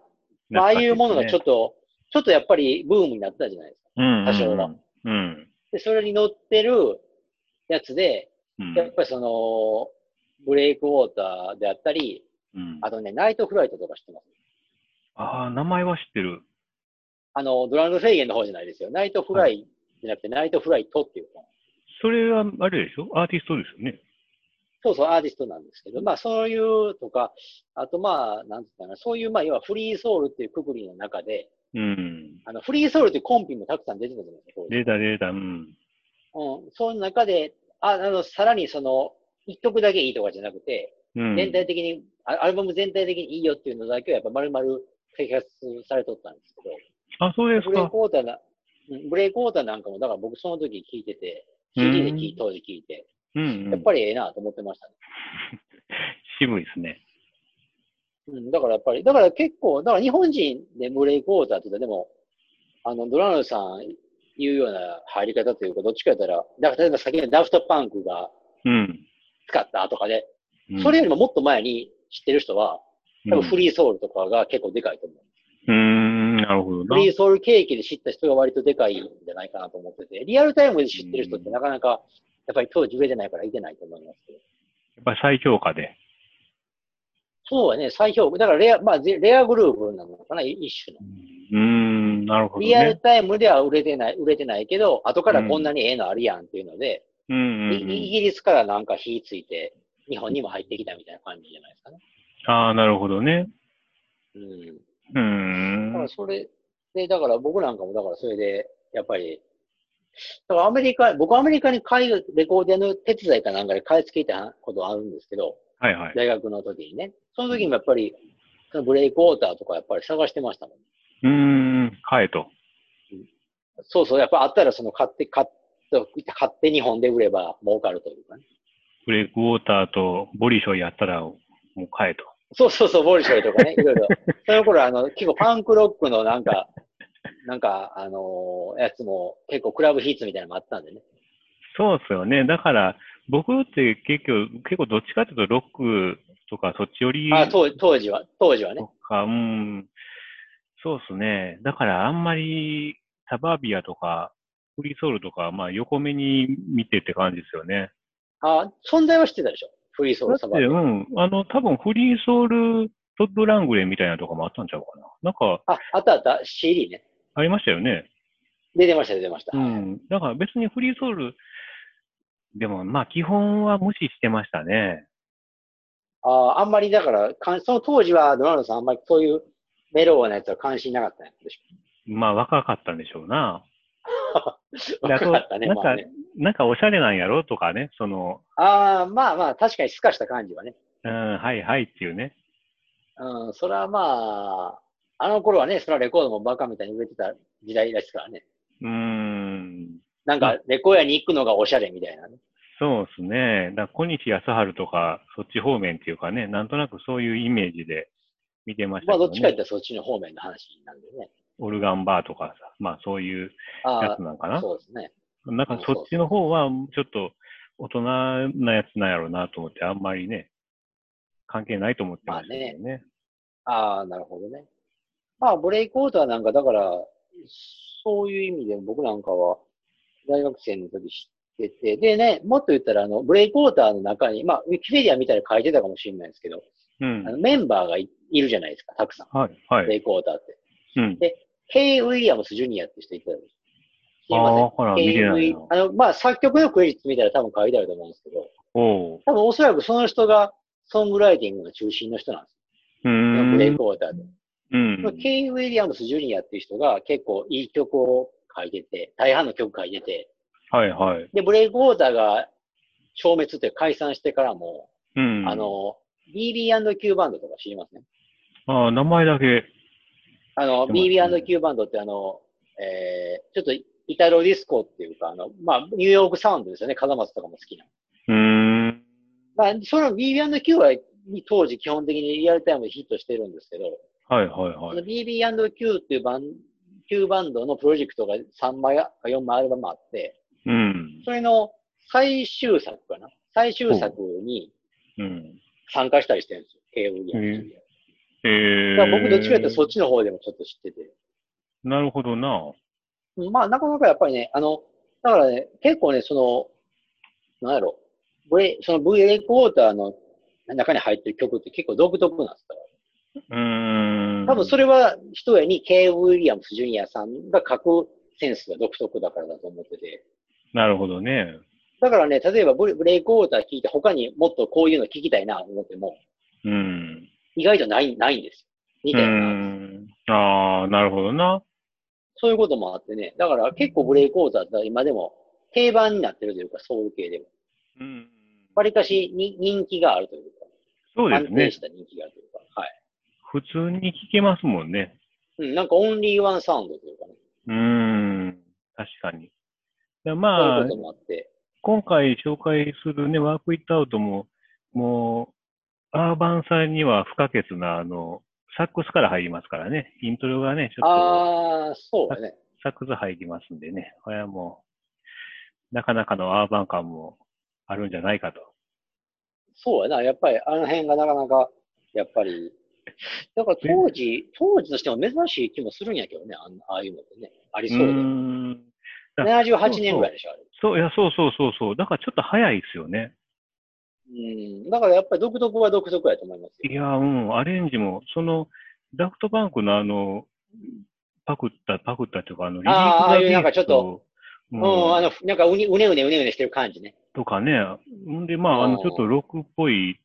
Speaker 2: まあ、ああいうものがちょ
Speaker 1: っ
Speaker 2: っと、ちょっとやっぱりブームになったじゃないですか。
Speaker 1: と、うんうんうん
Speaker 2: 多少は。
Speaker 1: うん。
Speaker 2: で、それに乗ってるやつで、
Speaker 1: うん
Speaker 2: やっぱりその、ブレイクウォーターであったり、
Speaker 1: うん
Speaker 2: あとね、ナイトフライトとか知ってます。
Speaker 1: ああ、名前は知ってる。
Speaker 2: あの、ドラムフェイゲンの方じゃないですよ。ナイトフライじゃなくて、ナイトフライトっていう本。
Speaker 1: それは、あれでしょアーティストですよね。
Speaker 2: そうそう、アーティストなんですけど、まあ、そういうとか、あとまあ、なんていうかな、そういう、まあ、要はフリーソウルっていうくくりの中で、
Speaker 1: うん。
Speaker 2: あの、フリーソウルっていうコンビもたくさん出てたじゃないですか当時。
Speaker 1: データ、データ、うん。
Speaker 2: うん。その中で、あ、あの、さらにその、一曲だけいいとかじゃなくて、
Speaker 1: うん。
Speaker 2: 全体的に、あアルバム全体的にいいよっていうのだけはやっぱ丸々摘発されとったんですけど、
Speaker 1: あ、そうです
Speaker 2: ブレイ
Speaker 1: か
Speaker 2: ク。ウォーターな、うんブレイクウォーターなんかも、だから僕その時聞いてて、CD で聞い当時聞いて、
Speaker 1: うん、う
Speaker 2: やっ
Speaker 1: ん。
Speaker 2: ぱりええなと思ってましたね。
Speaker 1: 渋いですね。
Speaker 2: うん、だからやっぱり、だから結構、だから日本人でブレイクウォーターって言ったらでも、あの、ドナルドさん言うような入り方というか、どっちかやったら、だから例えば先のダフトパンクが
Speaker 1: うん。
Speaker 2: 使ったとかで、
Speaker 1: うん
Speaker 2: それよりももっと前に知ってる人は、多分フ
Speaker 1: リ
Speaker 2: リーソウルとかが結構でかいと思う。
Speaker 1: ー。うーん、なるほど
Speaker 2: フ
Speaker 1: な。
Speaker 2: リーソウル経験で知った人が割とでかいんじゃないかなと思ってて、リアルタイムで知ってる人ってなかなか、やっぱり当時上じゃないからいけないと思いますけど。
Speaker 1: やっぱり再評価で。
Speaker 2: そうはね、再評価。だからレア、まあ、ぜレアグループなのかな、い一種の。
Speaker 1: うーん、なるほど
Speaker 2: リアル
Speaker 1: ね。
Speaker 2: タイムでは売れてない、売れてないけど、後からこんなにええのあるやんっていうので、
Speaker 1: うんうんう
Speaker 2: いイ
Speaker 1: ん。
Speaker 2: ギリスからなんか火ついて、日本にも入ってきたみたいな感じじゃないですかね。
Speaker 1: ああ、なるほどね。
Speaker 2: うん。
Speaker 1: うー
Speaker 2: だか
Speaker 1: ん
Speaker 2: ら。それで、だから僕なんかも、だからそれで、やっぱり、だからアメリカ、僕はアメリカに買い、レコーディアの手伝いかなんかで買い付けたことあるんですけど、
Speaker 1: はいはい。
Speaker 2: 大学の時にね。その時にもやっぱり、そのブレイクウォーターとかやっぱり探してましたもん。
Speaker 1: うーん、買えと。
Speaker 2: そうそう、やっぱあったらその買って、買って、買って日本で売れば儲かるというかね。
Speaker 1: ブレイクウォーターとボリショイやったら、もう買えと。
Speaker 2: そうそうそう、ボリショイとかね、いろ いろ。その頃、あの、結構パンクロックのなんか、なんか、あのーやつも結構クラブヒーツみたいなのもあったんでね。
Speaker 1: そうですよね。だから、僕って結局、結構どっちかっていうとロックとかそっちより
Speaker 2: あ、当当時は、当時はね
Speaker 1: と。か、うん。そうですね。だからあんまりサバービアとかフリーソウルとか、まあ横目に見てって感じですよね。
Speaker 2: あ、存在は知ってたでしょフリーソウ
Speaker 1: だ
Speaker 2: ル
Speaker 1: っ
Speaker 2: サ
Speaker 1: て、
Speaker 2: バイ
Speaker 1: う
Speaker 2: バー。
Speaker 1: ん。あの、多分フリーソウルトップラングレーみたいなのとかもあったんちゃうかな。なんか、
Speaker 2: あ、あったあった。CD ね。
Speaker 1: ありましたよね。
Speaker 2: 出てました、出てました。
Speaker 1: う
Speaker 2: はい
Speaker 1: ん。だから別にフリーソウル、でもまあ基本は無視してましたね。
Speaker 2: ああんまりだから、かんその当時はドナルドさんあんまりそういうメローなやつは関心なかったんでし
Speaker 1: まあ若かったんでしょうな。
Speaker 2: ょ
Speaker 1: で
Speaker 2: 若かったね、
Speaker 1: あと
Speaker 2: まあね。
Speaker 1: なんかおしゃれなんやろとかね、その、
Speaker 2: ああ、まあまあ、確かにすかした感じはね。
Speaker 1: うん、はいはいっていうね。
Speaker 2: うん、それはまあ、あの頃はね、それはレコードもバカみたいに売れてた時代ですからね。
Speaker 1: うーん、
Speaker 2: なんか、レコード屋に行くのがおしゃれみたいなね。
Speaker 1: そうですね。だ小西康春とか、そっち方面っていうかね、なんとなくそういうイメージで見てました
Speaker 2: まあ、
Speaker 1: け
Speaker 2: ど
Speaker 1: ど、
Speaker 2: っ
Speaker 1: ね。
Speaker 2: ちか言ったらそっちの方面の話なんでね。
Speaker 1: オルガンバーとかさ、まあそういうや
Speaker 2: あ
Speaker 1: つなんか
Speaker 2: あ、
Speaker 1: な。
Speaker 2: そうですね。
Speaker 1: なんかそっちの方は、ちょっと大人なやつなんやろうなと思って、あんまりね、関係ないと思ってましたけどね。
Speaker 2: ああ、なるほどね。まあ、ブレイクウォーターなんか、だから、そういう意味で僕なんかは、大学生の時知ってて、でね、もっと言ったら、あの、ブレイクウォーターの中に、まあ、ウィキペディア見たら書いてたかもしれないですけど、
Speaker 1: うん
Speaker 2: あ。のメンバーがいいるじゃないですか、たくさん。
Speaker 1: はい、
Speaker 2: ブ
Speaker 1: は
Speaker 2: レ
Speaker 1: い。
Speaker 2: イクウォーターって。
Speaker 1: うん。
Speaker 2: ケイ・ウィリアムス・ジュニアって人いたでしょ知り
Speaker 1: ああ、
Speaker 2: ま
Speaker 1: ほら、
Speaker 2: せん。
Speaker 1: 見
Speaker 2: ケイ・
Speaker 1: て
Speaker 2: ウ
Speaker 1: な
Speaker 2: ィ
Speaker 1: い
Speaker 2: リ
Speaker 1: な。
Speaker 2: あの、まあ、作曲のクレジット見たら多分書いてあると思うんですけど、
Speaker 1: おう。
Speaker 2: 多分おそらくその人が、ソングライティングの中心の人なんです
Speaker 1: うー
Speaker 2: よ。ブレイ
Speaker 1: ん
Speaker 2: ク。ウォーターで。
Speaker 1: うん
Speaker 2: まあ、ケイ・ウィリアムス・ジュニアっていう人が結構いい曲を書いてて、大半の曲書いてて、
Speaker 1: はい、はい。
Speaker 2: で、ブレイク・ウォーターが消滅って解散してからも、
Speaker 1: うん。
Speaker 2: あ、の、BB&Q バンドとか知りますね。
Speaker 1: ああ、名前だけ。
Speaker 2: あの、
Speaker 1: 知ってますね
Speaker 2: BB&Q バンドってあの、えー、ちょっとイタロディスコっていうか、あの、まあ、ニューヨークサウンドですよね。風松とかも好きな。
Speaker 1: うーん。
Speaker 2: まあ、その BB&Q は当時基本的にリアルタイムでヒットしてるんですけど、
Speaker 1: はいはいはい。
Speaker 2: BB&Q っていうバン Q バンドのプロジェクトが3枚か4枚アルバムあって、
Speaker 1: うん。
Speaker 2: それの最終作かな最終作に
Speaker 1: うん。
Speaker 2: 参加したりしてるんですよ。ケイブリアン
Speaker 1: えー。
Speaker 2: だから僕どっちかというとそっちの方でもちょっと知ってて。
Speaker 1: なるほどな。
Speaker 2: まあなかなかやっぱりね、あの、だからね、結構ね、その、なんやろ、ブレその VA クォーターの中に入ってる曲って結構独特なんですか
Speaker 1: う
Speaker 2: ら。
Speaker 1: ーん。
Speaker 2: 多分それは、ひとえにケイ・ウィリアムス・ジュニアさんが書くセンスが独特だからだと思ってて。
Speaker 1: なるほどね。
Speaker 2: だからね、例えばブレブレイクウォーター聞いて他にもっとこういうの聞きたいなと思っても、
Speaker 1: うん。
Speaker 2: 意外とない、ないんですよ。似
Speaker 1: う
Speaker 2: た
Speaker 1: ー
Speaker 2: ような。
Speaker 1: ん。ああ、なるほどな。
Speaker 2: そういうこともあってね。だから結構ブレイクウォーターって今でも定番になってるというか、ソウル系でも。
Speaker 1: うん。
Speaker 2: わりかしに人気があるというか、
Speaker 1: そうで
Speaker 2: 安
Speaker 1: す
Speaker 2: 定
Speaker 1: ね
Speaker 2: し。た人気があるというか。はい。
Speaker 1: フ普通に聞けますもんね。
Speaker 2: うん、なんかオンリーワンサウンドというかね。
Speaker 1: うーん、確かに。で
Speaker 2: そうい
Speaker 1: まあ
Speaker 2: うこ、ともあって。
Speaker 1: 今回紹介するね、ワークイットアウトも、もう、アーバンさんには不可欠な、あの、サックスから入りますからね。イントロがね、ちょっ
Speaker 2: ああ、そうだね。
Speaker 1: とサックス入りますんでね。これはもう、なかなかのアーバン感もあるんじゃないかと。
Speaker 2: そうやな。やっぱりあの辺がなかなか、やっぱり。だから当時、当時としても珍しい気もするんやけどね。あんああいうのってね。ありそう
Speaker 1: うー
Speaker 2: で。
Speaker 1: ん。だ
Speaker 2: 78年ぐらいでしょ、あれ。
Speaker 1: そう、いや、そうそうそうそう。だからちょっと早いですよね。
Speaker 2: うん。だからやっぱり独特は独特やと思います
Speaker 1: い
Speaker 2: よ。
Speaker 1: や、うん、アレンジも、その、ダクトバンクのあの、パクった、パクったというか、あの、リリー
Speaker 2: あー
Speaker 1: フ
Speaker 2: ああ
Speaker 1: が
Speaker 2: いうなんかちょっと
Speaker 1: ベース
Speaker 2: う
Speaker 1: を、うん
Speaker 2: ん、あの、なんかうねうねうねうねうねしてる感じね。
Speaker 1: とかね、んで、まあ、あ
Speaker 2: う
Speaker 1: の、
Speaker 2: ん
Speaker 1: ちょっとロックっぽい、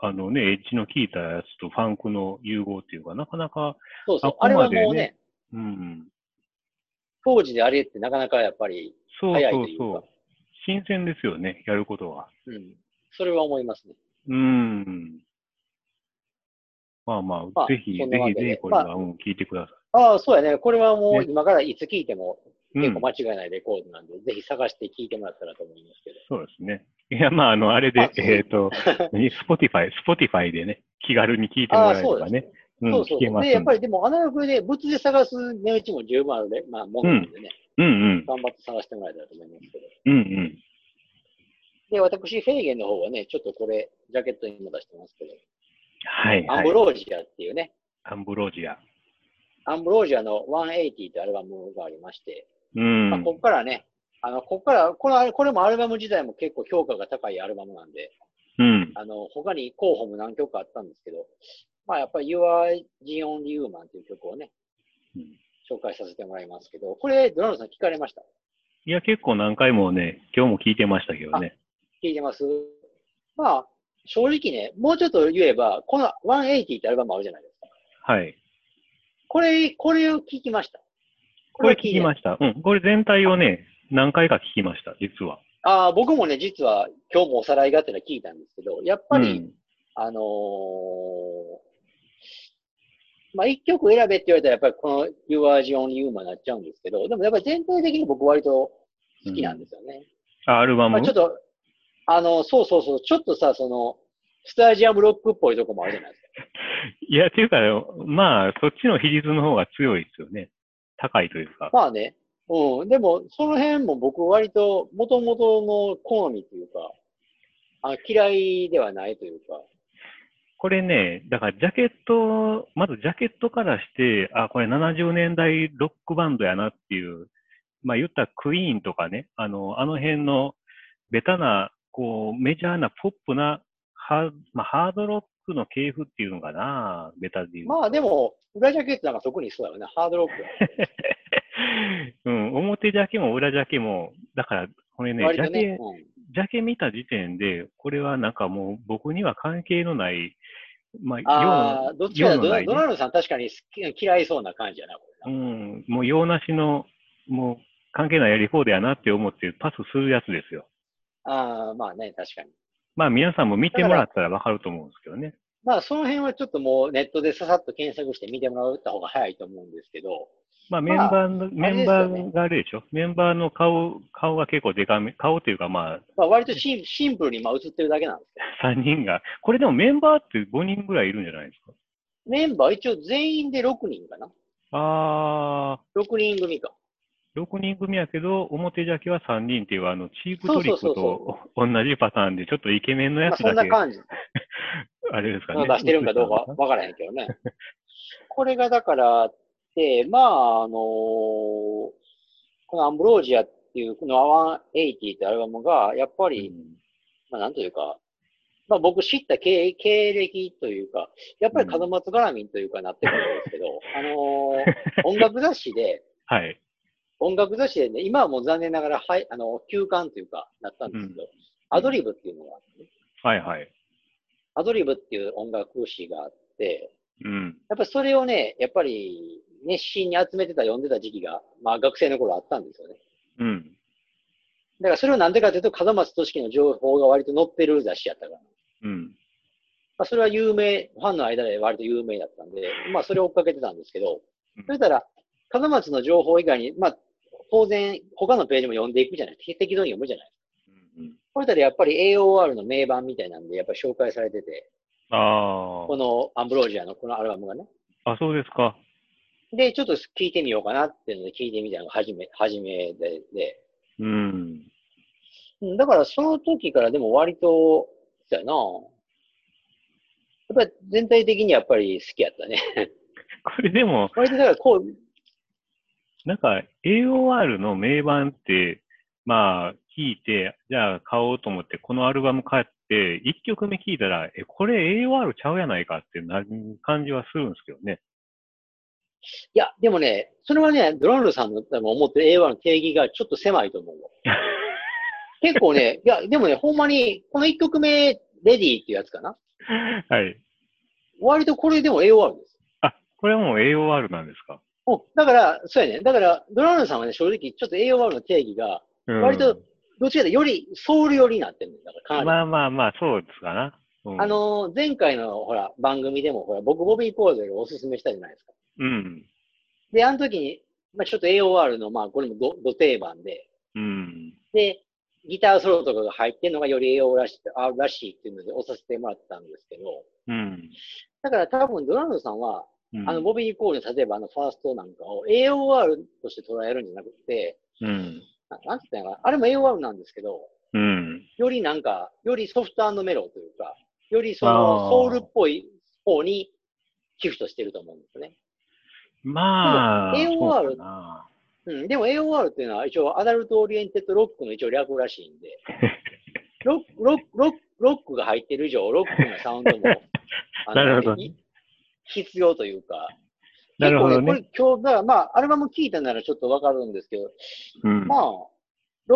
Speaker 1: あのね、エッジの効いたやつとファンクの融合っていうか、なかなか、
Speaker 2: そうそう。
Speaker 1: あ
Speaker 2: あれは
Speaker 1: ここまでね
Speaker 2: もうね、
Speaker 1: うん、
Speaker 2: 当時であれってなかなかやっぱり、
Speaker 1: そう
Speaker 2: 早い
Speaker 1: そう
Speaker 2: というか
Speaker 1: そう、新鮮ですよね、やることは。
Speaker 2: うん。それは思いますね。
Speaker 1: うん。まあまあ、
Speaker 2: まあ
Speaker 1: ぜひ、ぜ
Speaker 2: そんなわけ
Speaker 1: ひ、
Speaker 2: で
Speaker 1: ぜひ、これは、
Speaker 2: ま
Speaker 1: うん、聞いてくださ
Speaker 2: ああ、そうやね。これはもう
Speaker 1: ね
Speaker 2: 今からいつ聴いても
Speaker 1: い。う
Speaker 2: 結
Speaker 1: ん
Speaker 2: 構、間違いないレコードなんで、ぜひ探して聴いてもらったらと思いますけど。
Speaker 1: そうですね。いや、まあ、あの、あれ
Speaker 2: まあ
Speaker 1: で、
Speaker 2: そう
Speaker 1: えっ と、何 Spotify、Spotify でね、気軽に聞いても
Speaker 2: ああ、
Speaker 1: らえれ
Speaker 2: そうで
Speaker 1: ば
Speaker 2: す
Speaker 1: ね
Speaker 2: ね。。
Speaker 1: うん、
Speaker 2: そうそう
Speaker 1: 聞け
Speaker 2: そう。
Speaker 1: ます
Speaker 2: で、
Speaker 1: んで
Speaker 2: やっぱりでもアナログで、物で探す値打ちも十分あるね、まあ、ものなんでね、
Speaker 1: うんうん、
Speaker 2: 頑張って探してもらえたらと思いますけど。
Speaker 1: うんうん。
Speaker 2: で、私、フェーゲンの方はね、ちょっとこれ、ジャケットにも出してますけど、
Speaker 1: はい、
Speaker 2: アン
Speaker 1: は
Speaker 2: ブ
Speaker 1: い。
Speaker 2: ロージアっていうね、
Speaker 1: アンブロージア。
Speaker 2: アンブロージアの180ってアルバムがありまして、
Speaker 1: うん。
Speaker 2: まあ、ここからね、あの、ここから、この、これもアルバム自体も結構評価が高いアルバムなんで、
Speaker 1: うん。
Speaker 2: あの、他に候補も何曲かあったんですけど、まあやっぱり You are the only human っていう曲をね
Speaker 1: うん、
Speaker 2: 紹介させてもらいますけど、これ、ドラムさん聞かれました
Speaker 1: いや、結構何回もね、今日も聞いてましたけどね。
Speaker 2: 聞いてますまあ、正直ね、もうちょっと言えば、この180ってアルバムあるじゃないですか。
Speaker 1: はい。
Speaker 2: これ、これを聞きました。
Speaker 1: これ聞きま
Speaker 2: した。
Speaker 1: した。うん。これ全体をね、何回か聞きました、実は。
Speaker 2: ああ、僕もね、実は今日もおさらいがてら聞いたんですけど、やっぱり、
Speaker 1: うん
Speaker 2: あのーまあ、一曲選べって言われたら、やっぱりこの You are the only human になっちゃうんですけど、でもやっぱり全体的に僕割と好きなんですよね。
Speaker 1: あアルバム
Speaker 2: まあ、ちょっと、あの、そうそうそう、ちょっとさ、その、スタジアムロックっぽいとこもあるじゃないですか。
Speaker 1: いや、っていうか、まあ、そっちの比率の方が強いですよね。高いというか。
Speaker 2: まあね。うん。でも、その辺も僕割と、元々の好みというか、あ嫌いではないというか、
Speaker 1: これね、だからジャケット、まずジャケットからして、あ、これ70年代ロックバンドやなっていう、まあ言ったらクイーンとかね、あの、あの辺のベタな、こう、メジャーなポップな、ハー,、まあ、ハードロックの系譜っていうのかな、ベタで言うと。
Speaker 2: まあでも、裏ジャケットなんか特にそうだよね。ハードロックや。
Speaker 1: うん、表ジャケも裏ジャケも、だから、これね、
Speaker 2: 割
Speaker 1: ジャ
Speaker 2: と
Speaker 1: ケ、
Speaker 2: ね。うん
Speaker 1: ジャケ見た時点で、これはなんかもう僕には関係のない、まあ、
Speaker 2: ああ、どっちかだ
Speaker 1: 用のない
Speaker 2: ド
Speaker 1: ね
Speaker 2: ドナルドさん確かに好き嫌いそうな感じやな、こ
Speaker 1: う
Speaker 2: れな。
Speaker 1: ん、もう用なしの、もう関係ないやり方だやなって思ってパスするやつですよ。
Speaker 2: ああ、まあね、確かに。
Speaker 1: まあ皆さんも見てもらったらわかると思うんですけどね。
Speaker 2: まあ、その辺はちょっともうネットでささっと検索して見てもらった方が早いと思うんですけど、
Speaker 1: まあメンバーの、
Speaker 2: あれ
Speaker 1: メンバーがあれでしょメンバーの顔、顔が結構でかめ、顔というかま
Speaker 2: まあ、割とシンシンプルにまあ映ってるだけなんですけど、
Speaker 1: あ3人が、これでもメンバーって5人ぐらいいるんじゃないですか
Speaker 2: メンバー一応全員で6人かな。
Speaker 1: あ
Speaker 2: 6人組か。
Speaker 1: ー、6人組やけど、表ジャケは3人っていうあの、チープ
Speaker 2: そ
Speaker 1: ト
Speaker 2: う
Speaker 1: リ
Speaker 2: そう
Speaker 1: ック
Speaker 2: そう
Speaker 1: と同じパターンで、ちょっとイケメンのや
Speaker 2: まあ、
Speaker 1: つ
Speaker 2: そん
Speaker 1: だ
Speaker 2: な
Speaker 1: け、
Speaker 2: 感じ。
Speaker 1: あれですか
Speaker 2: ま
Speaker 1: ね。
Speaker 2: あ出してるんかどうかわからへんけどね。これがだから、で、まあ、あのーこのアンブロージアっていう、この180ってアルバムが、やっぱ
Speaker 1: う
Speaker 2: り、
Speaker 1: ん
Speaker 2: まあ、なんというか、まあ、僕知った経経歴というか、やっぱり門松絡みというかなってくるんですけど、あのー音楽雑誌 で、
Speaker 1: はい。
Speaker 2: 音楽雑誌でね、今はもう残念ながら、はい、あの、休刊というか、なったんですけど、アドリブっていうのがあってね、
Speaker 1: はいはい。
Speaker 2: アドリブっていう音楽誌があって、
Speaker 1: うん。
Speaker 2: やっぱりそれをね、やっぱり熱心に集めてた、読んでた時期が、まあ学生の頃あったんですよね。
Speaker 1: うん。
Speaker 2: だからそれをなんでかというと、門松俊樹の情報が割と載ってる雑誌やったから。
Speaker 1: うん。
Speaker 2: まあ、それは有名、ファンの間で割と有名だったんで、まあ、それを追っかけてたんですけど、そしたら、門松の情報以外に、まあ、当然、他のページも読んでいくじゃないですか。適当に読むじゃないですか。
Speaker 1: うん
Speaker 2: そしたら、やっぱり AOR の名盤みたいなんで、やっぱり紹介されてて、
Speaker 1: あ
Speaker 2: このアンブロージアのこのアルバムがね。
Speaker 1: あ、あ、そうですか。
Speaker 2: で、ちょっと聞いてみようかなっていうので、聞いてみたのが初め、初めでで、
Speaker 1: うん。
Speaker 2: うんだからその時からでも割と、だよな。やっぱり全体的にやっぱり好きやったね。
Speaker 1: これでも、
Speaker 2: 割とだからこう、
Speaker 1: なんか AOR の名盤って、まあ、聞いて、じゃあ買おうと思って、このアルバム買って、1曲目聞いたら、え、これ AOR ちゃうやないかってなる感じはするんですけどね。
Speaker 2: いや、でもね、それはね、ドランルさんの多分思ってる A1 の定義がちょっと狭いと思う よ。結構ね、いや、でもね、ほんまに、この1曲目、レディーっていうやつかな
Speaker 1: はい。
Speaker 2: 割とこれでも AOR です。
Speaker 1: あ、これはもう AOR なんですか。
Speaker 2: おだから、そうやね。だから、ドランルさんはね、正直、ちょっと AOR の定義が、
Speaker 1: うん
Speaker 2: 割と、どっちかでより、ソウル寄りになってるんだから、かなり。
Speaker 1: まあまあまあ、そうですかな。うん
Speaker 2: あ、のー、前回のほら、番組でもほら、僕、ボビー・コーゼルをおすすめしたじゃないですか。
Speaker 1: うん。
Speaker 2: で、あの時に、まあ、ちょっと AOR の、まあ、これもど、ど定番で、
Speaker 1: うん。
Speaker 2: で、ギターソロとかが入ってるのがより AOR らしいあらしいっていうので押させてもらったんですけど、
Speaker 1: うん。
Speaker 2: だから多分ドラムさんは、
Speaker 1: うん
Speaker 2: あの、ボビー・コーゼル、例えばあの、ファーストなんかを AOR として捉えるんじゃなくて、
Speaker 1: うん。
Speaker 2: ななんて言ったんやかな、あれも AOR なんですけど、
Speaker 1: うん。
Speaker 2: よりなんか、よりソフトメロというか、よりそ
Speaker 1: あ
Speaker 2: の
Speaker 1: ー
Speaker 2: ソウルっぽい方にシフトしてると思うんですね。
Speaker 1: まあ、
Speaker 2: でも
Speaker 1: そう
Speaker 2: AOR
Speaker 1: かな
Speaker 2: うん、でも AOR っていうのは一応アダルトオリエンテッドロックの一応略らしいんで、 ロック、ロック、ロック、ロックが入ってる以上、ロックなサウンドも、 あの
Speaker 1: なるほどね
Speaker 2: い必要というか、
Speaker 1: なるほどね
Speaker 2: 結構これ今日、だからまあ、アルバム聴いたならちょっとわかるんですけど、
Speaker 1: うん。
Speaker 2: まあ、ロ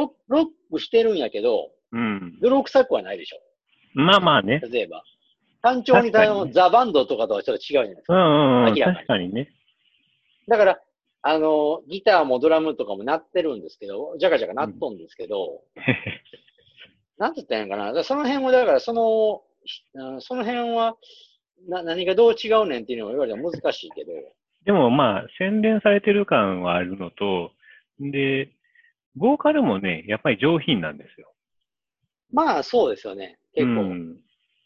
Speaker 2: ック、ロックしてるんやけど、
Speaker 1: うん。
Speaker 2: 泥臭くはないでしょ。
Speaker 1: まあまあね。
Speaker 2: 例えば。単調に頼
Speaker 1: 確か
Speaker 2: む、
Speaker 1: にね
Speaker 2: ザ・バンドとかとはちょっと違うじゃないですか。
Speaker 1: うんうんうん。
Speaker 2: 明らかに
Speaker 1: 確かにね。
Speaker 2: だから、あの、ギターもドラムとかも鳴ってるんですけど、ジャカジャカ鳴っとんですけ ど、なんて言ったらいいのかな。だからその辺は、だからその、ひうんその辺は、な、何がどう違うねんっていうのを言われたら難しいけど、
Speaker 1: でもまあ、洗練されてる感はあるのと、で、ボーカルもね、やっぱり上品なんですよ。
Speaker 2: まあそうですよね。結
Speaker 1: う
Speaker 2: 構、
Speaker 1: ん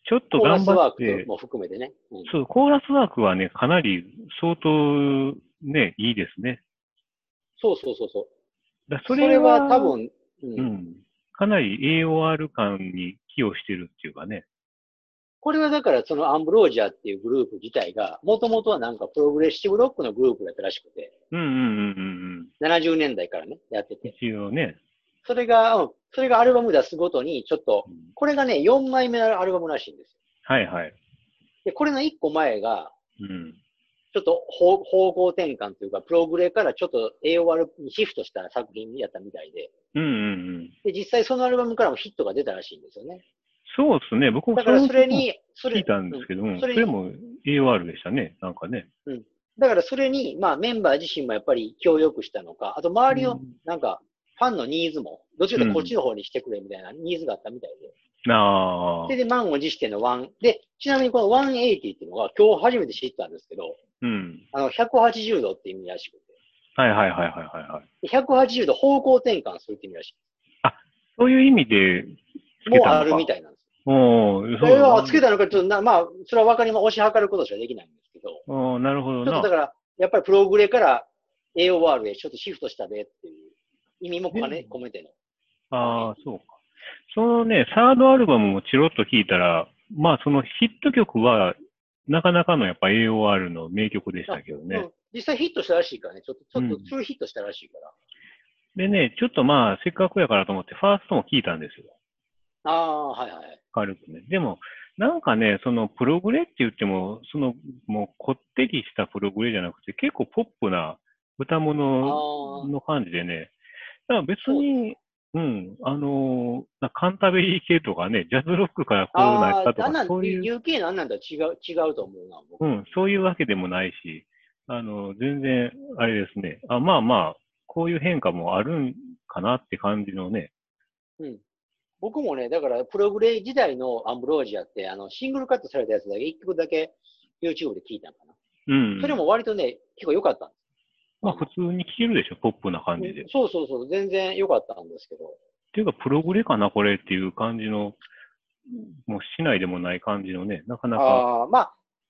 Speaker 1: ちょっと
Speaker 2: コーラ
Speaker 1: 頑
Speaker 2: ス
Speaker 1: 張
Speaker 2: ワー
Speaker 1: って、
Speaker 2: クも含めてね。うん
Speaker 1: そう、コーラスワークはね、かなり相当ね、いいですね。
Speaker 2: そうそうそうそう。
Speaker 1: だ
Speaker 2: それは多、分、うん
Speaker 1: うん、かなり AOR 感に寄与してるっていうかね。
Speaker 2: これはだからそのアンブロージアっていうグループ自体が、もともとはなんかプログレッシブロックのグループだったらしくて、
Speaker 1: うんうんうんうんうん。
Speaker 2: 70年代からね、やってて。
Speaker 1: 一応ね。
Speaker 2: それが、うんそれがアルバム出すごとに、ちょっと
Speaker 1: う、ん
Speaker 2: これがね、4枚目のアルバムらしいんですよ。
Speaker 1: はいはい。
Speaker 2: で、これの1個前が、
Speaker 1: うん。
Speaker 2: ちょっと方方向転換というか、プログレからちょっと AOR にシフトした作品やったみたいで、
Speaker 1: うんうんうん。
Speaker 2: で、実際そのアルバムからもヒットが出たらしいんですよね。
Speaker 1: そうですね。僕も
Speaker 2: だからそれ
Speaker 1: の
Speaker 2: に、そ
Speaker 1: 聞
Speaker 2: れ
Speaker 1: い、たんですけども、
Speaker 2: うん
Speaker 1: そ
Speaker 2: そ
Speaker 1: れ
Speaker 2: れ
Speaker 1: も AOR でしたね。なんかね。
Speaker 2: だからそれに、まあメンバー自身もやっぱり協力したのか、あと周りの
Speaker 1: うん
Speaker 2: なんか、ファンのニーズも、どっちかというとこっちの方にしてくれみたいなニーズがあったみたいで。
Speaker 1: ああ
Speaker 2: それ。で、満を持してのワン。で、ちなみにこの180っていうのは、今日初めて知ったんですけど、
Speaker 1: うん。
Speaker 2: あの、180度って意味らしく
Speaker 1: はいはいはいはいはいはい。
Speaker 2: て。で180度方向転換するって意味らし
Speaker 1: そういう意味で
Speaker 2: い。
Speaker 1: つけ
Speaker 2: も
Speaker 1: た
Speaker 2: う
Speaker 1: のか。
Speaker 2: あるみたいなんです。
Speaker 1: おー
Speaker 2: それはつけ
Speaker 1: た。
Speaker 2: たのか、ちょっとな、まあ、それはわかりま、推し量ることしかできないんですけど、
Speaker 1: おーなるほど
Speaker 2: ちょっ
Speaker 1: な。
Speaker 2: とだから、やっぱりプログレから AOR へちょっとシフトしたでっていう意味も兼ね込めての。
Speaker 1: ああ、そうか。そのね、サードアルバムもチロッと聞いたら、まあそのヒット曲は、なかなかのやっぱ AOR の名曲でしたけど
Speaker 2: う
Speaker 1: ね
Speaker 2: ん。実際ヒットしたらしいからね、ちょっと、ちょ
Speaker 1: う
Speaker 2: っと、
Speaker 1: ん
Speaker 2: ツーヒットしたらしいから。
Speaker 1: でね、ちょっとまあせっかくやからと思ってファーストも聞いたんですよ。
Speaker 2: ああ、はいはい。
Speaker 1: 軽くね。でも、なんかね、そのプログレって言っても、そのもうこってりしたプログレじゃなくて、結構ポップな歌物
Speaker 2: ああ、
Speaker 1: の感じでね、だから別に、うん、あのーなカンタベリー系とかね、ジャズロックからこうなっ
Speaker 2: あ
Speaker 1: た
Speaker 2: あ
Speaker 1: と
Speaker 2: あんな
Speaker 1: か、
Speaker 2: ん
Speaker 1: そういう、
Speaker 2: UK のあんなんとは違う、違うと思うな、僕。
Speaker 1: うん、そういうわけでもないし、あの、全然、あれですね、あ、まあまあ、こういう変化もあるんかなって感じのね、
Speaker 2: うん僕もね、だから、プログレイ時代のアンブロージアって、あの、シングルカットされたやつだけ、一曲だけ YouTube で聞いたのかな。
Speaker 1: うん。
Speaker 2: それも割とね、結構良かったんです。
Speaker 1: まあ普通に聴けるでしょ、ポップな感じで。っ
Speaker 2: そうそうそう、全然良かったんですけど。
Speaker 1: ていうか、プログレかな、これっていう感じの、もう市内でもない感じのね、なかなか、
Speaker 2: ああーま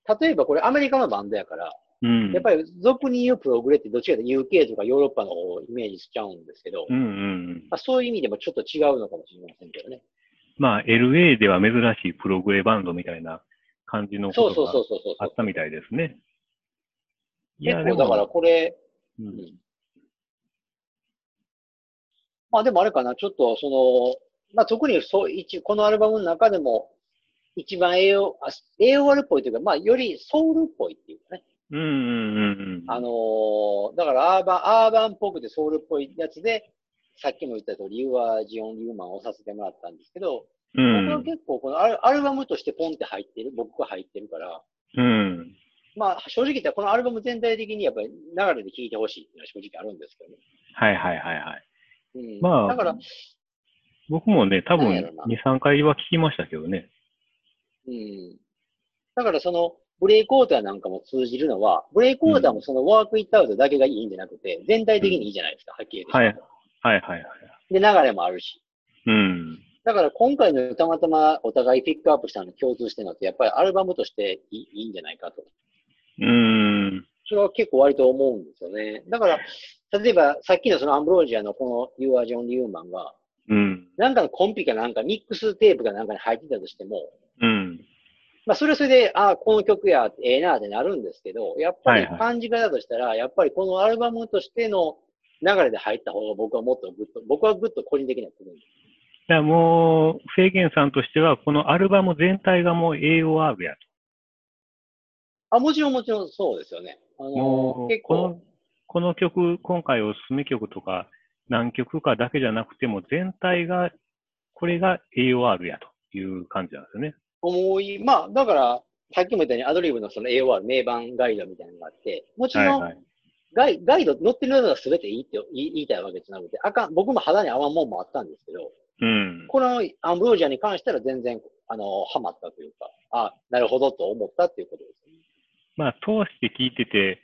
Speaker 2: あ、例えばこれアメリカのバンドやから、
Speaker 1: うん。
Speaker 2: やっぱり俗に言うプログレってどっちかというと UK とかヨーロッパの方をイメージしちゃうんですけど、
Speaker 1: うんうんうん。
Speaker 2: まあ、そういう意味でもちょっと違うのかもしれませんけどね。
Speaker 1: まあ、LA では珍しいプログレバンドみたいな感じの
Speaker 2: そ
Speaker 1: こ
Speaker 2: うそ
Speaker 1: と
Speaker 2: うそう
Speaker 1: が
Speaker 2: そうそ
Speaker 1: あ
Speaker 2: う
Speaker 1: っ。たみたいですね。い
Speaker 2: 結
Speaker 1: や、で
Speaker 2: 構だから
Speaker 1: も、
Speaker 2: これ、
Speaker 1: うん
Speaker 2: うんまあでもあれかな、ちょっとその、まあ特にそう一このアルバムの中でも一番栄養、あ AOR っぽいというか、まあよりソウルっぽいっていうかね。
Speaker 1: うんうんうんうん。
Speaker 2: あのーだからアーバン、アーバンっぽくてソウルっぽいやつで、さっきも言った通り、You are John Newman をさせてもらったんですけど、
Speaker 1: う
Speaker 2: 僕は
Speaker 1: ん、
Speaker 2: 結構このアルアルバムとしてポンって入ってる、僕が入ってるから、
Speaker 1: うん。
Speaker 2: まあ正直言ったらこのアルバム全体的にやっぱり流れで聴いてほしいっていうのは正直あるんですけどね。
Speaker 1: はいはいはいはい。
Speaker 2: うん、
Speaker 1: まあ
Speaker 2: だから、
Speaker 1: 僕もね、多
Speaker 2: なんや
Speaker 1: 分
Speaker 2: ろな
Speaker 1: 2、3回は聞きましたけどね。
Speaker 2: うん。だからその、ブレイクオーターなんかも通じるのは、ブレイクオーターもそのワークイットアウトだけがいいんじゃなくて、全体的にいいじゃないですか、はっきり言って。
Speaker 1: はい。はいはいはい。
Speaker 2: で、流れもあるし。
Speaker 1: うん。
Speaker 2: だから今回のたまたまお互いピックアップしたのに共通してるのって、やっぱりアルバムとしていいいいんじゃないかと。
Speaker 1: うーん。
Speaker 2: それは結構割と思うんですよね。だから、例えばさっきのそのアンブロージアのこの You are John Newman が、
Speaker 1: うん。
Speaker 2: なんかのコンピかなんかミックステープかなんかに入ってたとしても、
Speaker 1: うん。
Speaker 2: まあ、それはそれで、ああ、この曲や、ええなってなるんですけど、やっぱり
Speaker 1: はいはい
Speaker 2: 感じ方としたら、やっぱりこのアルバムとしての流れで入った方が僕はもっとグッと、僕はグッと個人的には来るんです。
Speaker 1: だからもう、制限さんとしては、このアルバム全体がもう AOR や
Speaker 2: あ、もちろんもちろんそうですよね。あ
Speaker 1: と。
Speaker 2: の
Speaker 1: も
Speaker 2: 結
Speaker 1: う、この
Speaker 2: 構、、
Speaker 1: この曲、今回おすすめ曲とか、何曲かだけじゃなくても、全体が、これが AOR やという感じなんですよね。
Speaker 2: 思い、まあ、だから、さっきも言ったようにアドリブのその AOR 名盤ガイドみたいなのがあって、もち
Speaker 1: はい
Speaker 2: ろん、
Speaker 1: はい。
Speaker 2: ガイガイド、載ってるのが全ていいって言い言いたいわけじゃなくて、あかん、僕も肌に合わんもんもあったんですけど、
Speaker 1: うん。
Speaker 2: このアンブロージアに関しては全然、あの、ハマったというか、あ、なるほどと思ったっていうことですね。
Speaker 1: まあ、通して聴いてて、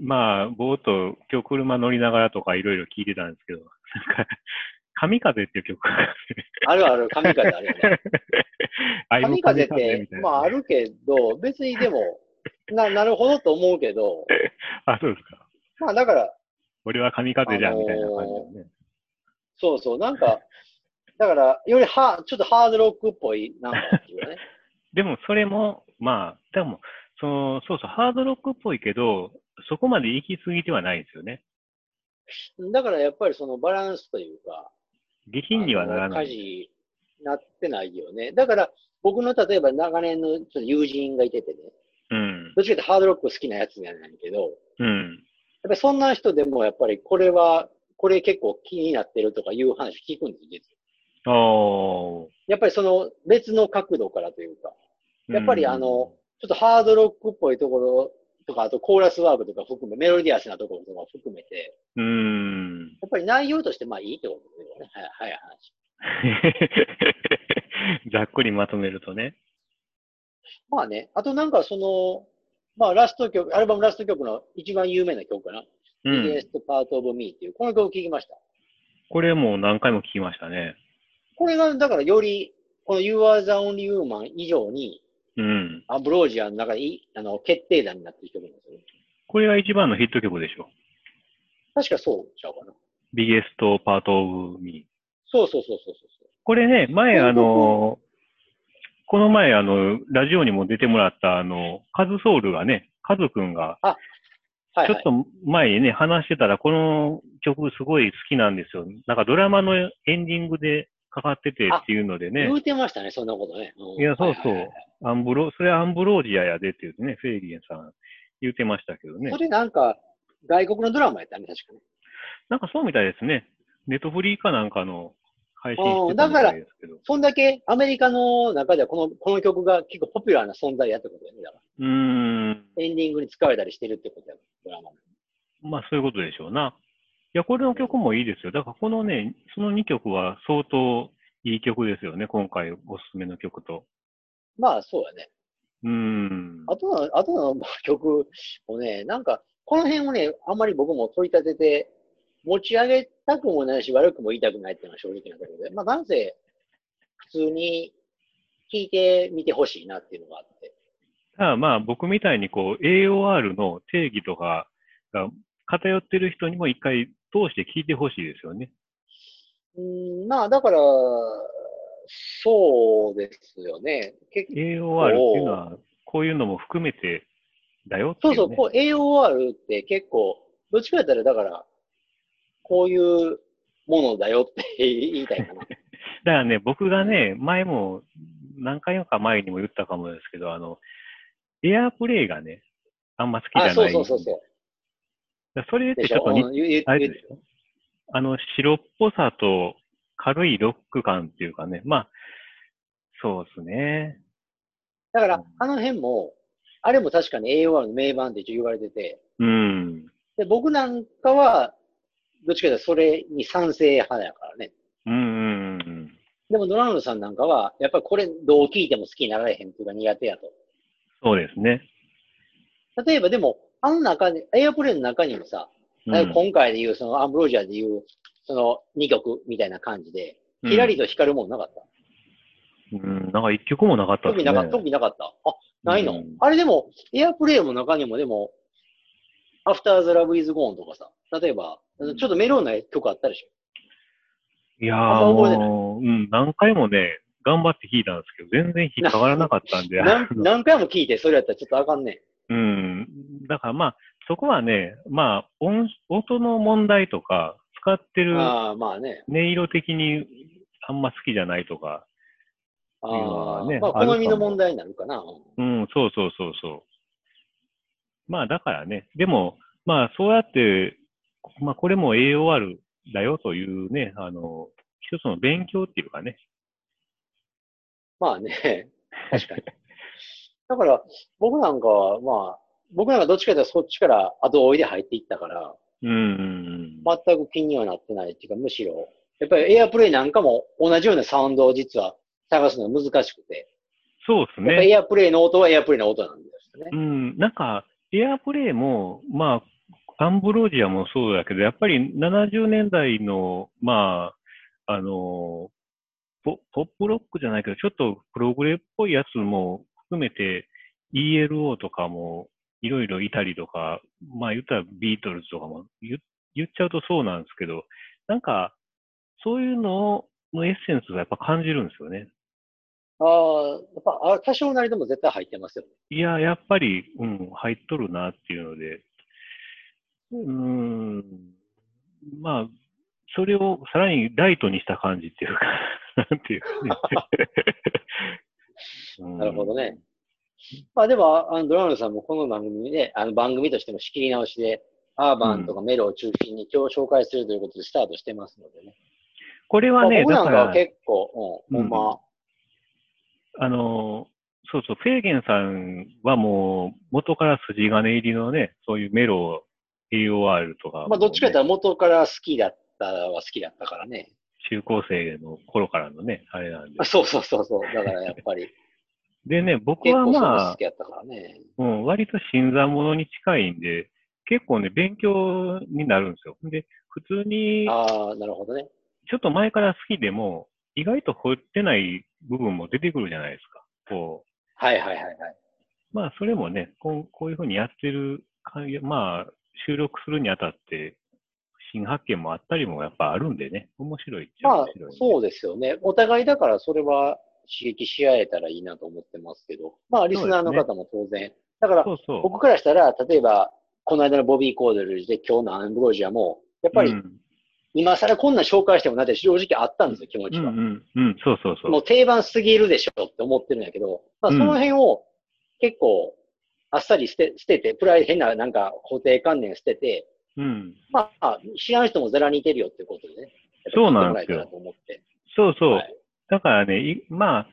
Speaker 1: まあ、ぼーっと今日車乗りながらとかいろいろ聴いてたんですけど、なんか、神風っていう曲が
Speaker 2: あるある、神風あるよね。
Speaker 1: あれも
Speaker 2: 神風って、まああ。るけど、別にでも、な、なるほどと思うけど、
Speaker 1: あ、そうですか。
Speaker 2: まあだから、
Speaker 1: 俺は神風じゃん、みたいな感じだね。
Speaker 2: そうそう、なんか、だから、よりハ、ちょっとハードロックっぽい、なんかっていうね。
Speaker 1: でも、それも、まあ、でも、その、そうそう、ハードロックっぽいけど、そこまで行き過ぎてはないですよね。
Speaker 2: だからやっぱりそのバランスというか、
Speaker 1: 下品にはならな
Speaker 2: あの火
Speaker 1: い。
Speaker 2: 事になってないよね。だから、僕の例えば長年のちょっと友人がいててね、
Speaker 1: うん。
Speaker 2: どっちかってハードロック好きなやつじゃないけど、
Speaker 1: うん。
Speaker 2: やっぱりそんな人でもやっぱりこれは、これ結構気になってるとかいう話聞くんですよ。
Speaker 1: おー。
Speaker 2: やっぱりその別の角度からというか、
Speaker 1: うん
Speaker 2: やっぱりあの、ちょっとハードロックっぽいところとか、あとコーラスワークとか含め、メロディアスなところとか含めて、
Speaker 1: うん。
Speaker 2: やっぱり内容としてまあいいってことですよね。はい、はい、話。
Speaker 1: ざっくりまとめるとね。
Speaker 2: まあね、あとなんかその、まあラスト曲、アルバムラスト曲の一番有名な曲かな。
Speaker 1: う
Speaker 2: e s
Speaker 1: ん。
Speaker 2: t Part of Me っていう、この曲聴きました。
Speaker 1: これもう何回も聞きましたね。
Speaker 2: これが、だからより、この You Are the Only Human 以上に、
Speaker 1: うん。
Speaker 2: アンブロージアの中でいあの決定打になってる曲なんですよね。
Speaker 1: これが一番のヒット曲でしょ。
Speaker 2: 確かそうちゃうかな。
Speaker 1: ビゲストパートオブミー。
Speaker 2: そうそうそうそうそうそう。
Speaker 1: これね、前
Speaker 2: うん
Speaker 1: あの、この前あの、ラジオにも出てもらったあの、カズソウルがね、カズくんが、
Speaker 2: はい、
Speaker 1: ちょ
Speaker 2: は
Speaker 1: っ
Speaker 2: い。
Speaker 1: と前にね、話してたら、この曲すごい好きなんですよ。なんかドラマのエンディングでかかっててっていうのでね
Speaker 2: 言、うてましたね、そんなことね。うん
Speaker 1: いや、そうそ
Speaker 2: はいはい
Speaker 1: う、
Speaker 2: は
Speaker 1: アンブロ、それアンブロージアやでって言ってね、フェイリエンさん言ってましたけど
Speaker 2: い
Speaker 1: ね
Speaker 2: そ。れなんか、外国のドラマやったね、確かに。
Speaker 1: なんかそうみたいですね。ネットフリーかなんかの配信してたみたいですけど。
Speaker 2: そんだけアメリカの中ではこの、この曲が結構ポピュラーな存在やってことやね。だか
Speaker 1: うーん。
Speaker 2: らエンディングに使われたりしてるってことやね、ドラマの。
Speaker 1: まあそういうことでしょうな。いや、これの曲もいいですよ。だからこのね、その2曲は相当いい曲ですよね、今回おすすめの曲と。
Speaker 2: まあ、そうやね。
Speaker 1: うーん。
Speaker 2: あとの、あとのまあ曲をね、なんか、この辺をね、あんまり僕も取り立てて、持ち上げたくもないし、悪くも言いたくないっていうのは正直なところで、まあ、なんせ、普通に聴いてみてほしいなっていうのがあって。
Speaker 1: ただまあ僕みたいにこう AOR の定義とかが偏ってる人にも一回通して聞いてほしいですよね。
Speaker 2: うん、まあ、だから、そうですよね。結
Speaker 1: AOR っていうのはこういうのも含めてだよってい、
Speaker 2: そうう
Speaker 1: ね。
Speaker 2: そう、こう AOR って結構、どっちかやったら、だから、こういうものだよって言いた いかな。
Speaker 1: だからね、僕がね、前も何回か前にも言ったかもですけど、あの、エアープレイがね、あんま好きじゃない。
Speaker 2: あ、そうそうそうそう。
Speaker 1: だからそれって
Speaker 2: でし
Speaker 1: ちょっ
Speaker 2: ょ、
Speaker 1: と
Speaker 2: う
Speaker 1: に、
Speaker 2: ん、言言
Speaker 1: あれ
Speaker 2: 言
Speaker 1: でしょあの、白っぽさと軽いロック感っていうかね、まあ、そうですね。
Speaker 2: だから、
Speaker 1: うん
Speaker 2: あの辺も、あれも確かに AOR の名盤って一応言われてて、
Speaker 1: うん。
Speaker 2: で僕なんかは、どっちかというとそれに賛成派だからね。
Speaker 1: うんうんうん。
Speaker 2: でもドナルドさんなんかは、やっぱりこれどう聞いても好きになられへんっていうか苦手やと。
Speaker 1: そうですね。
Speaker 2: 例えばでも、あの中に、エアプレイの中にも
Speaker 1: う
Speaker 2: さ、
Speaker 1: ん
Speaker 2: だから今回で言う、そのアンブロージャーで言う、その2曲みたいな感じで、キラリと光るもんなかった。
Speaker 1: うん、なんか一曲もなかった
Speaker 2: 特
Speaker 1: です
Speaker 2: に
Speaker 1: ね。
Speaker 2: なか特になかった。あ、ないの、
Speaker 1: うん
Speaker 2: あれでも、エアプレイの中にもでも、アフターズラブイズゴーンとかさ、例えば、ちょっとメロンな曲あったでしょ。
Speaker 1: いやー
Speaker 2: あんま覚えてない
Speaker 1: もう、うん、何回もね、頑張って弾いたんですけど、全然引っかからなかったん で、
Speaker 2: 何何回も聴いて、それやったらちょっとあかんね
Speaker 1: うん。だからまあ、そこはね、まあ、音、音の問題とか、使って
Speaker 2: ん。
Speaker 1: る
Speaker 2: ああ、まあね。
Speaker 1: 音色的にあんま好きじゃないとか、
Speaker 2: あ
Speaker 1: っていうのは
Speaker 2: ー、
Speaker 1: ね
Speaker 2: まあ、
Speaker 1: あるかも
Speaker 2: 好みの問題になるかな。
Speaker 1: うん、そうそうそうそう。まあ、だからね、でも、まあ、そうやって、まあ、これも AOR だよというね、あの、一つの勉強っていうかね、
Speaker 2: まあね。確かに。だから、僕なんかは、まあ、僕なんかどっちかというとそっちから後追いで入っていったから、
Speaker 1: うんうんうん。
Speaker 2: 全く気にはなってないっていうか、むしろ、やっぱりエアプレイなんかも同じようなサウンドを実は探すのは難しくて、
Speaker 1: そうです
Speaker 2: やっぱ
Speaker 1: ね。
Speaker 2: エアプレイの音はエアプレイの音なんですよね
Speaker 1: う。ん、なんか、エアプレイも、まあ、アンブロージアもそうだけど、やっぱり70年代の、まあ、あの、ポポップロックじゃないけど、ちょっとプログレっぽいやつも含めて、ELO とかもいろいろいたりとか、まあ言ったらビートルズとかも言言っちゃうとそうなんですけど、なんか、そういうののエッセンスがやっぱ感じるんですよね。
Speaker 2: ああ、やっぱあ多少なりでも絶対入ってますよね。
Speaker 1: いや、やっぱり、うん、入っとるなっていうので、うーん、まあ、それをさらにライトにした感じっていうか、 なんていうか ね。
Speaker 2: なるほどね。まあでも、あのドラムさんもこの番組で、あの番組としても仕切り直しで、アーバンとかメロを中心に今日紹介するということでスタートしてますのでね。
Speaker 1: うん。これ
Speaker 2: ま
Speaker 1: は
Speaker 2: あ、
Speaker 1: ね、
Speaker 2: 僕
Speaker 1: だ
Speaker 2: なん
Speaker 1: か
Speaker 2: かは
Speaker 1: ら、
Speaker 2: 結構、うん、ほんま、
Speaker 1: あの、そうそう、フェーゲンさんはもう、元から筋金入りのね、そういうメロ、AOR とか、
Speaker 2: まあどっちかとい
Speaker 1: ね
Speaker 2: うと元から好きだったは好きだったからね。
Speaker 1: 中高生の頃からのね、あれなんで
Speaker 2: あ。そうそうそうそう。だからやっぱり、
Speaker 1: でね、僕
Speaker 2: 結
Speaker 1: は
Speaker 2: 構そ
Speaker 1: ま
Speaker 2: の
Speaker 1: あ
Speaker 2: 好、きやったからね。
Speaker 1: うん、割と新参者に近いんで、結構ね、勉強になるんですよ。で、普通に、
Speaker 2: ああ、なるほどね。
Speaker 1: ちょっと前から好きでも、意外と掘ってない部分も出てくるじゃないですか。こ
Speaker 2: はいはいはいはい。
Speaker 1: う。まあ、それもね、こうこういうふうにやってるか、まあ、収録するにあたって、新発見もあったりもやっぱあるんでね、面白いっちゃ
Speaker 2: まあ
Speaker 1: 面白い、、
Speaker 2: そうですよね。お互いだからそれは刺激し合えたらいいなと思ってますけど、まあ、リスナーの方も当然。だから、
Speaker 1: そうそう。
Speaker 2: 僕からしたら、例えば、この間のボビー・コーデルで今日のアンブロージアも、やっぱ
Speaker 1: う
Speaker 2: り
Speaker 1: ん、
Speaker 2: 今更こんなん紹介してもなって正直あったんですよ、気持
Speaker 1: う
Speaker 2: ち
Speaker 1: ん、う
Speaker 2: は。
Speaker 1: ん、うん、そうそうそう。
Speaker 2: もう定番すぎるでしょって思ってるんやけど、まあ、その辺を結構、あっさり捨て捨てて、プライ変ななんか固定観念捨てて、
Speaker 1: うん。
Speaker 2: まあ、知らん人もザラにいてるよってことでね。
Speaker 1: そうなんですよ
Speaker 2: やっぱ聞いてもらえたらと思って。
Speaker 1: そうそう。
Speaker 2: はい
Speaker 1: だからね、いまあ、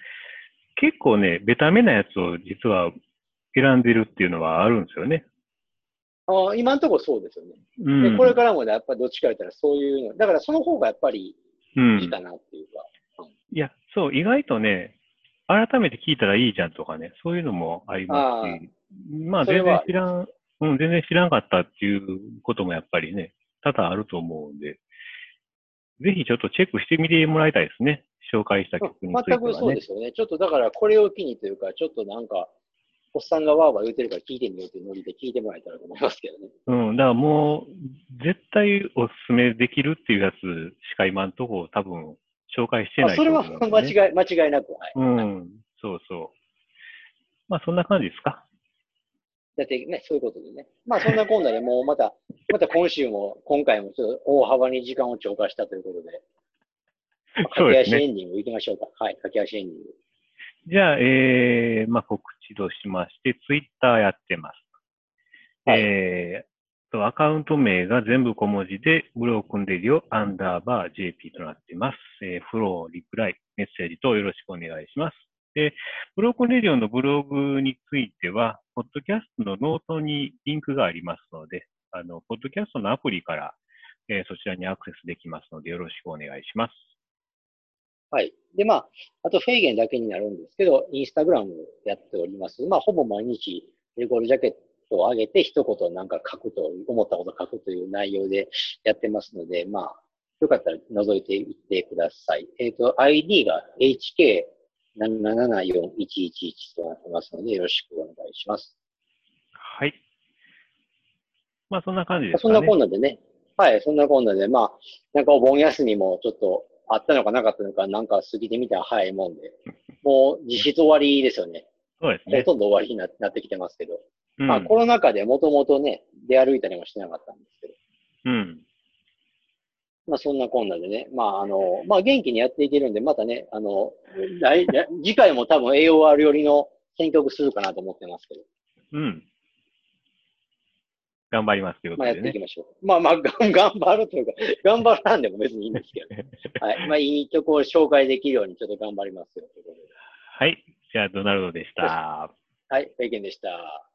Speaker 1: 結構ね、ベタめなやつを実は選んでるっていうのはあるんですよね。
Speaker 2: ああ今のところそうですよね。
Speaker 1: う
Speaker 2: で
Speaker 1: ん。
Speaker 2: これからもねやっぱりどっちか言ったらそういうの、だからその方がやっぱり
Speaker 1: うん、
Speaker 2: いいかなっていうか。
Speaker 1: いや、そう、意外とね、改めて聞いたらいいじゃんとかね、そういうのもありますし、まあ
Speaker 2: それ
Speaker 1: 全然
Speaker 2: は
Speaker 1: 知らん、うん、全然知らんかったっていうこともやっぱりね、多々あると思うんで、ぜひちょっとチェックしてみてもらいたいですね。紹介した曲について
Speaker 2: 全くそ
Speaker 1: は
Speaker 2: う
Speaker 1: ね
Speaker 2: で。すよね。ちょっとだからこれを機にというか、ちょっとなんか、おっさんがわーわー言うてるから聞いてみようというノリで聞いてもらえたらと思いますけどね。
Speaker 1: うん、だからもう、絶対おすすめできるっていうやつしか今のところ多分紹介して
Speaker 2: あ
Speaker 1: ないと
Speaker 2: それ
Speaker 1: 思
Speaker 2: は
Speaker 1: うんでね、
Speaker 2: 間違い、間違いなく、はい。
Speaker 1: うん、そうそう。まあそんな感じですか。
Speaker 2: だってね、そういうことでね。まあそんなこんなでもうまた、 また今週も、今回もちょっと大幅に時間を超過したということで、
Speaker 1: そう
Speaker 2: 駆け
Speaker 1: です
Speaker 2: 足
Speaker 1: ね
Speaker 2: エンディングいきましょうか。はい、駆け足エンディング。
Speaker 1: じゃあ、えーまあ、告知としまして、ツイッターやってます。
Speaker 2: はい
Speaker 1: えーと、アカウント名が全部小文字で、ブロークンデリオアンダーバー JP となっています。えーフロー、リプライ、メッセージとよろしくお願いします。で、ブロークンデリオのブログについては、ポッドキャストのノートにリンクがありますので、あの、ポッドキャストのアプリから、えーそちらにアクセスできますので、よろしくお願いします。
Speaker 2: はい。で、まあ、あとフェイゲンだけになるんですけど、インスタグラムやっております。まあ、ほぼ毎日、レゴールジャケットを上げて、一言なんか書くという、思ったこと書くという内容でやってますので、まあ、よかったら覗いていってください。えっ、と、ID が HK774111 となってますので、よろしくお願いします。
Speaker 1: はい。まあ、そんな感じですか
Speaker 2: そ
Speaker 1: ね。
Speaker 2: んなこんなでね。はい、そんなこんなで、まあ、なんかお盆休みもちょっとあったのかなかったのか、なんか過ぎてみたら早いもんで、もう実質終わりですよね。
Speaker 1: そうです
Speaker 2: ほ
Speaker 1: ね。
Speaker 2: とんど終わりにななってきてますけど。
Speaker 1: うん
Speaker 2: まあ、コロナ禍でもともとね、出歩いたりもしてなかったんですけど。
Speaker 1: うん。
Speaker 2: まあ、そんなこんなでね。まあ、あの、まあ、元気にやっていけるんで、またね、あの、来来次回も多分 AOR 寄りの選曲するかなと思ってますけど。
Speaker 1: うん。頑張りますというこ
Speaker 2: まあ
Speaker 1: と
Speaker 2: やっ
Speaker 1: で
Speaker 2: て
Speaker 1: ね
Speaker 2: いき。ましょう。まあまあ、がん頑張るという か、頑張らんでも別にいいんですけど。はい。まあ、いい曲を紹介できるようにちょっと頑張りますよ。ということで
Speaker 1: はい。じゃあ、ドナルドでした。
Speaker 2: はい。ご意見でした。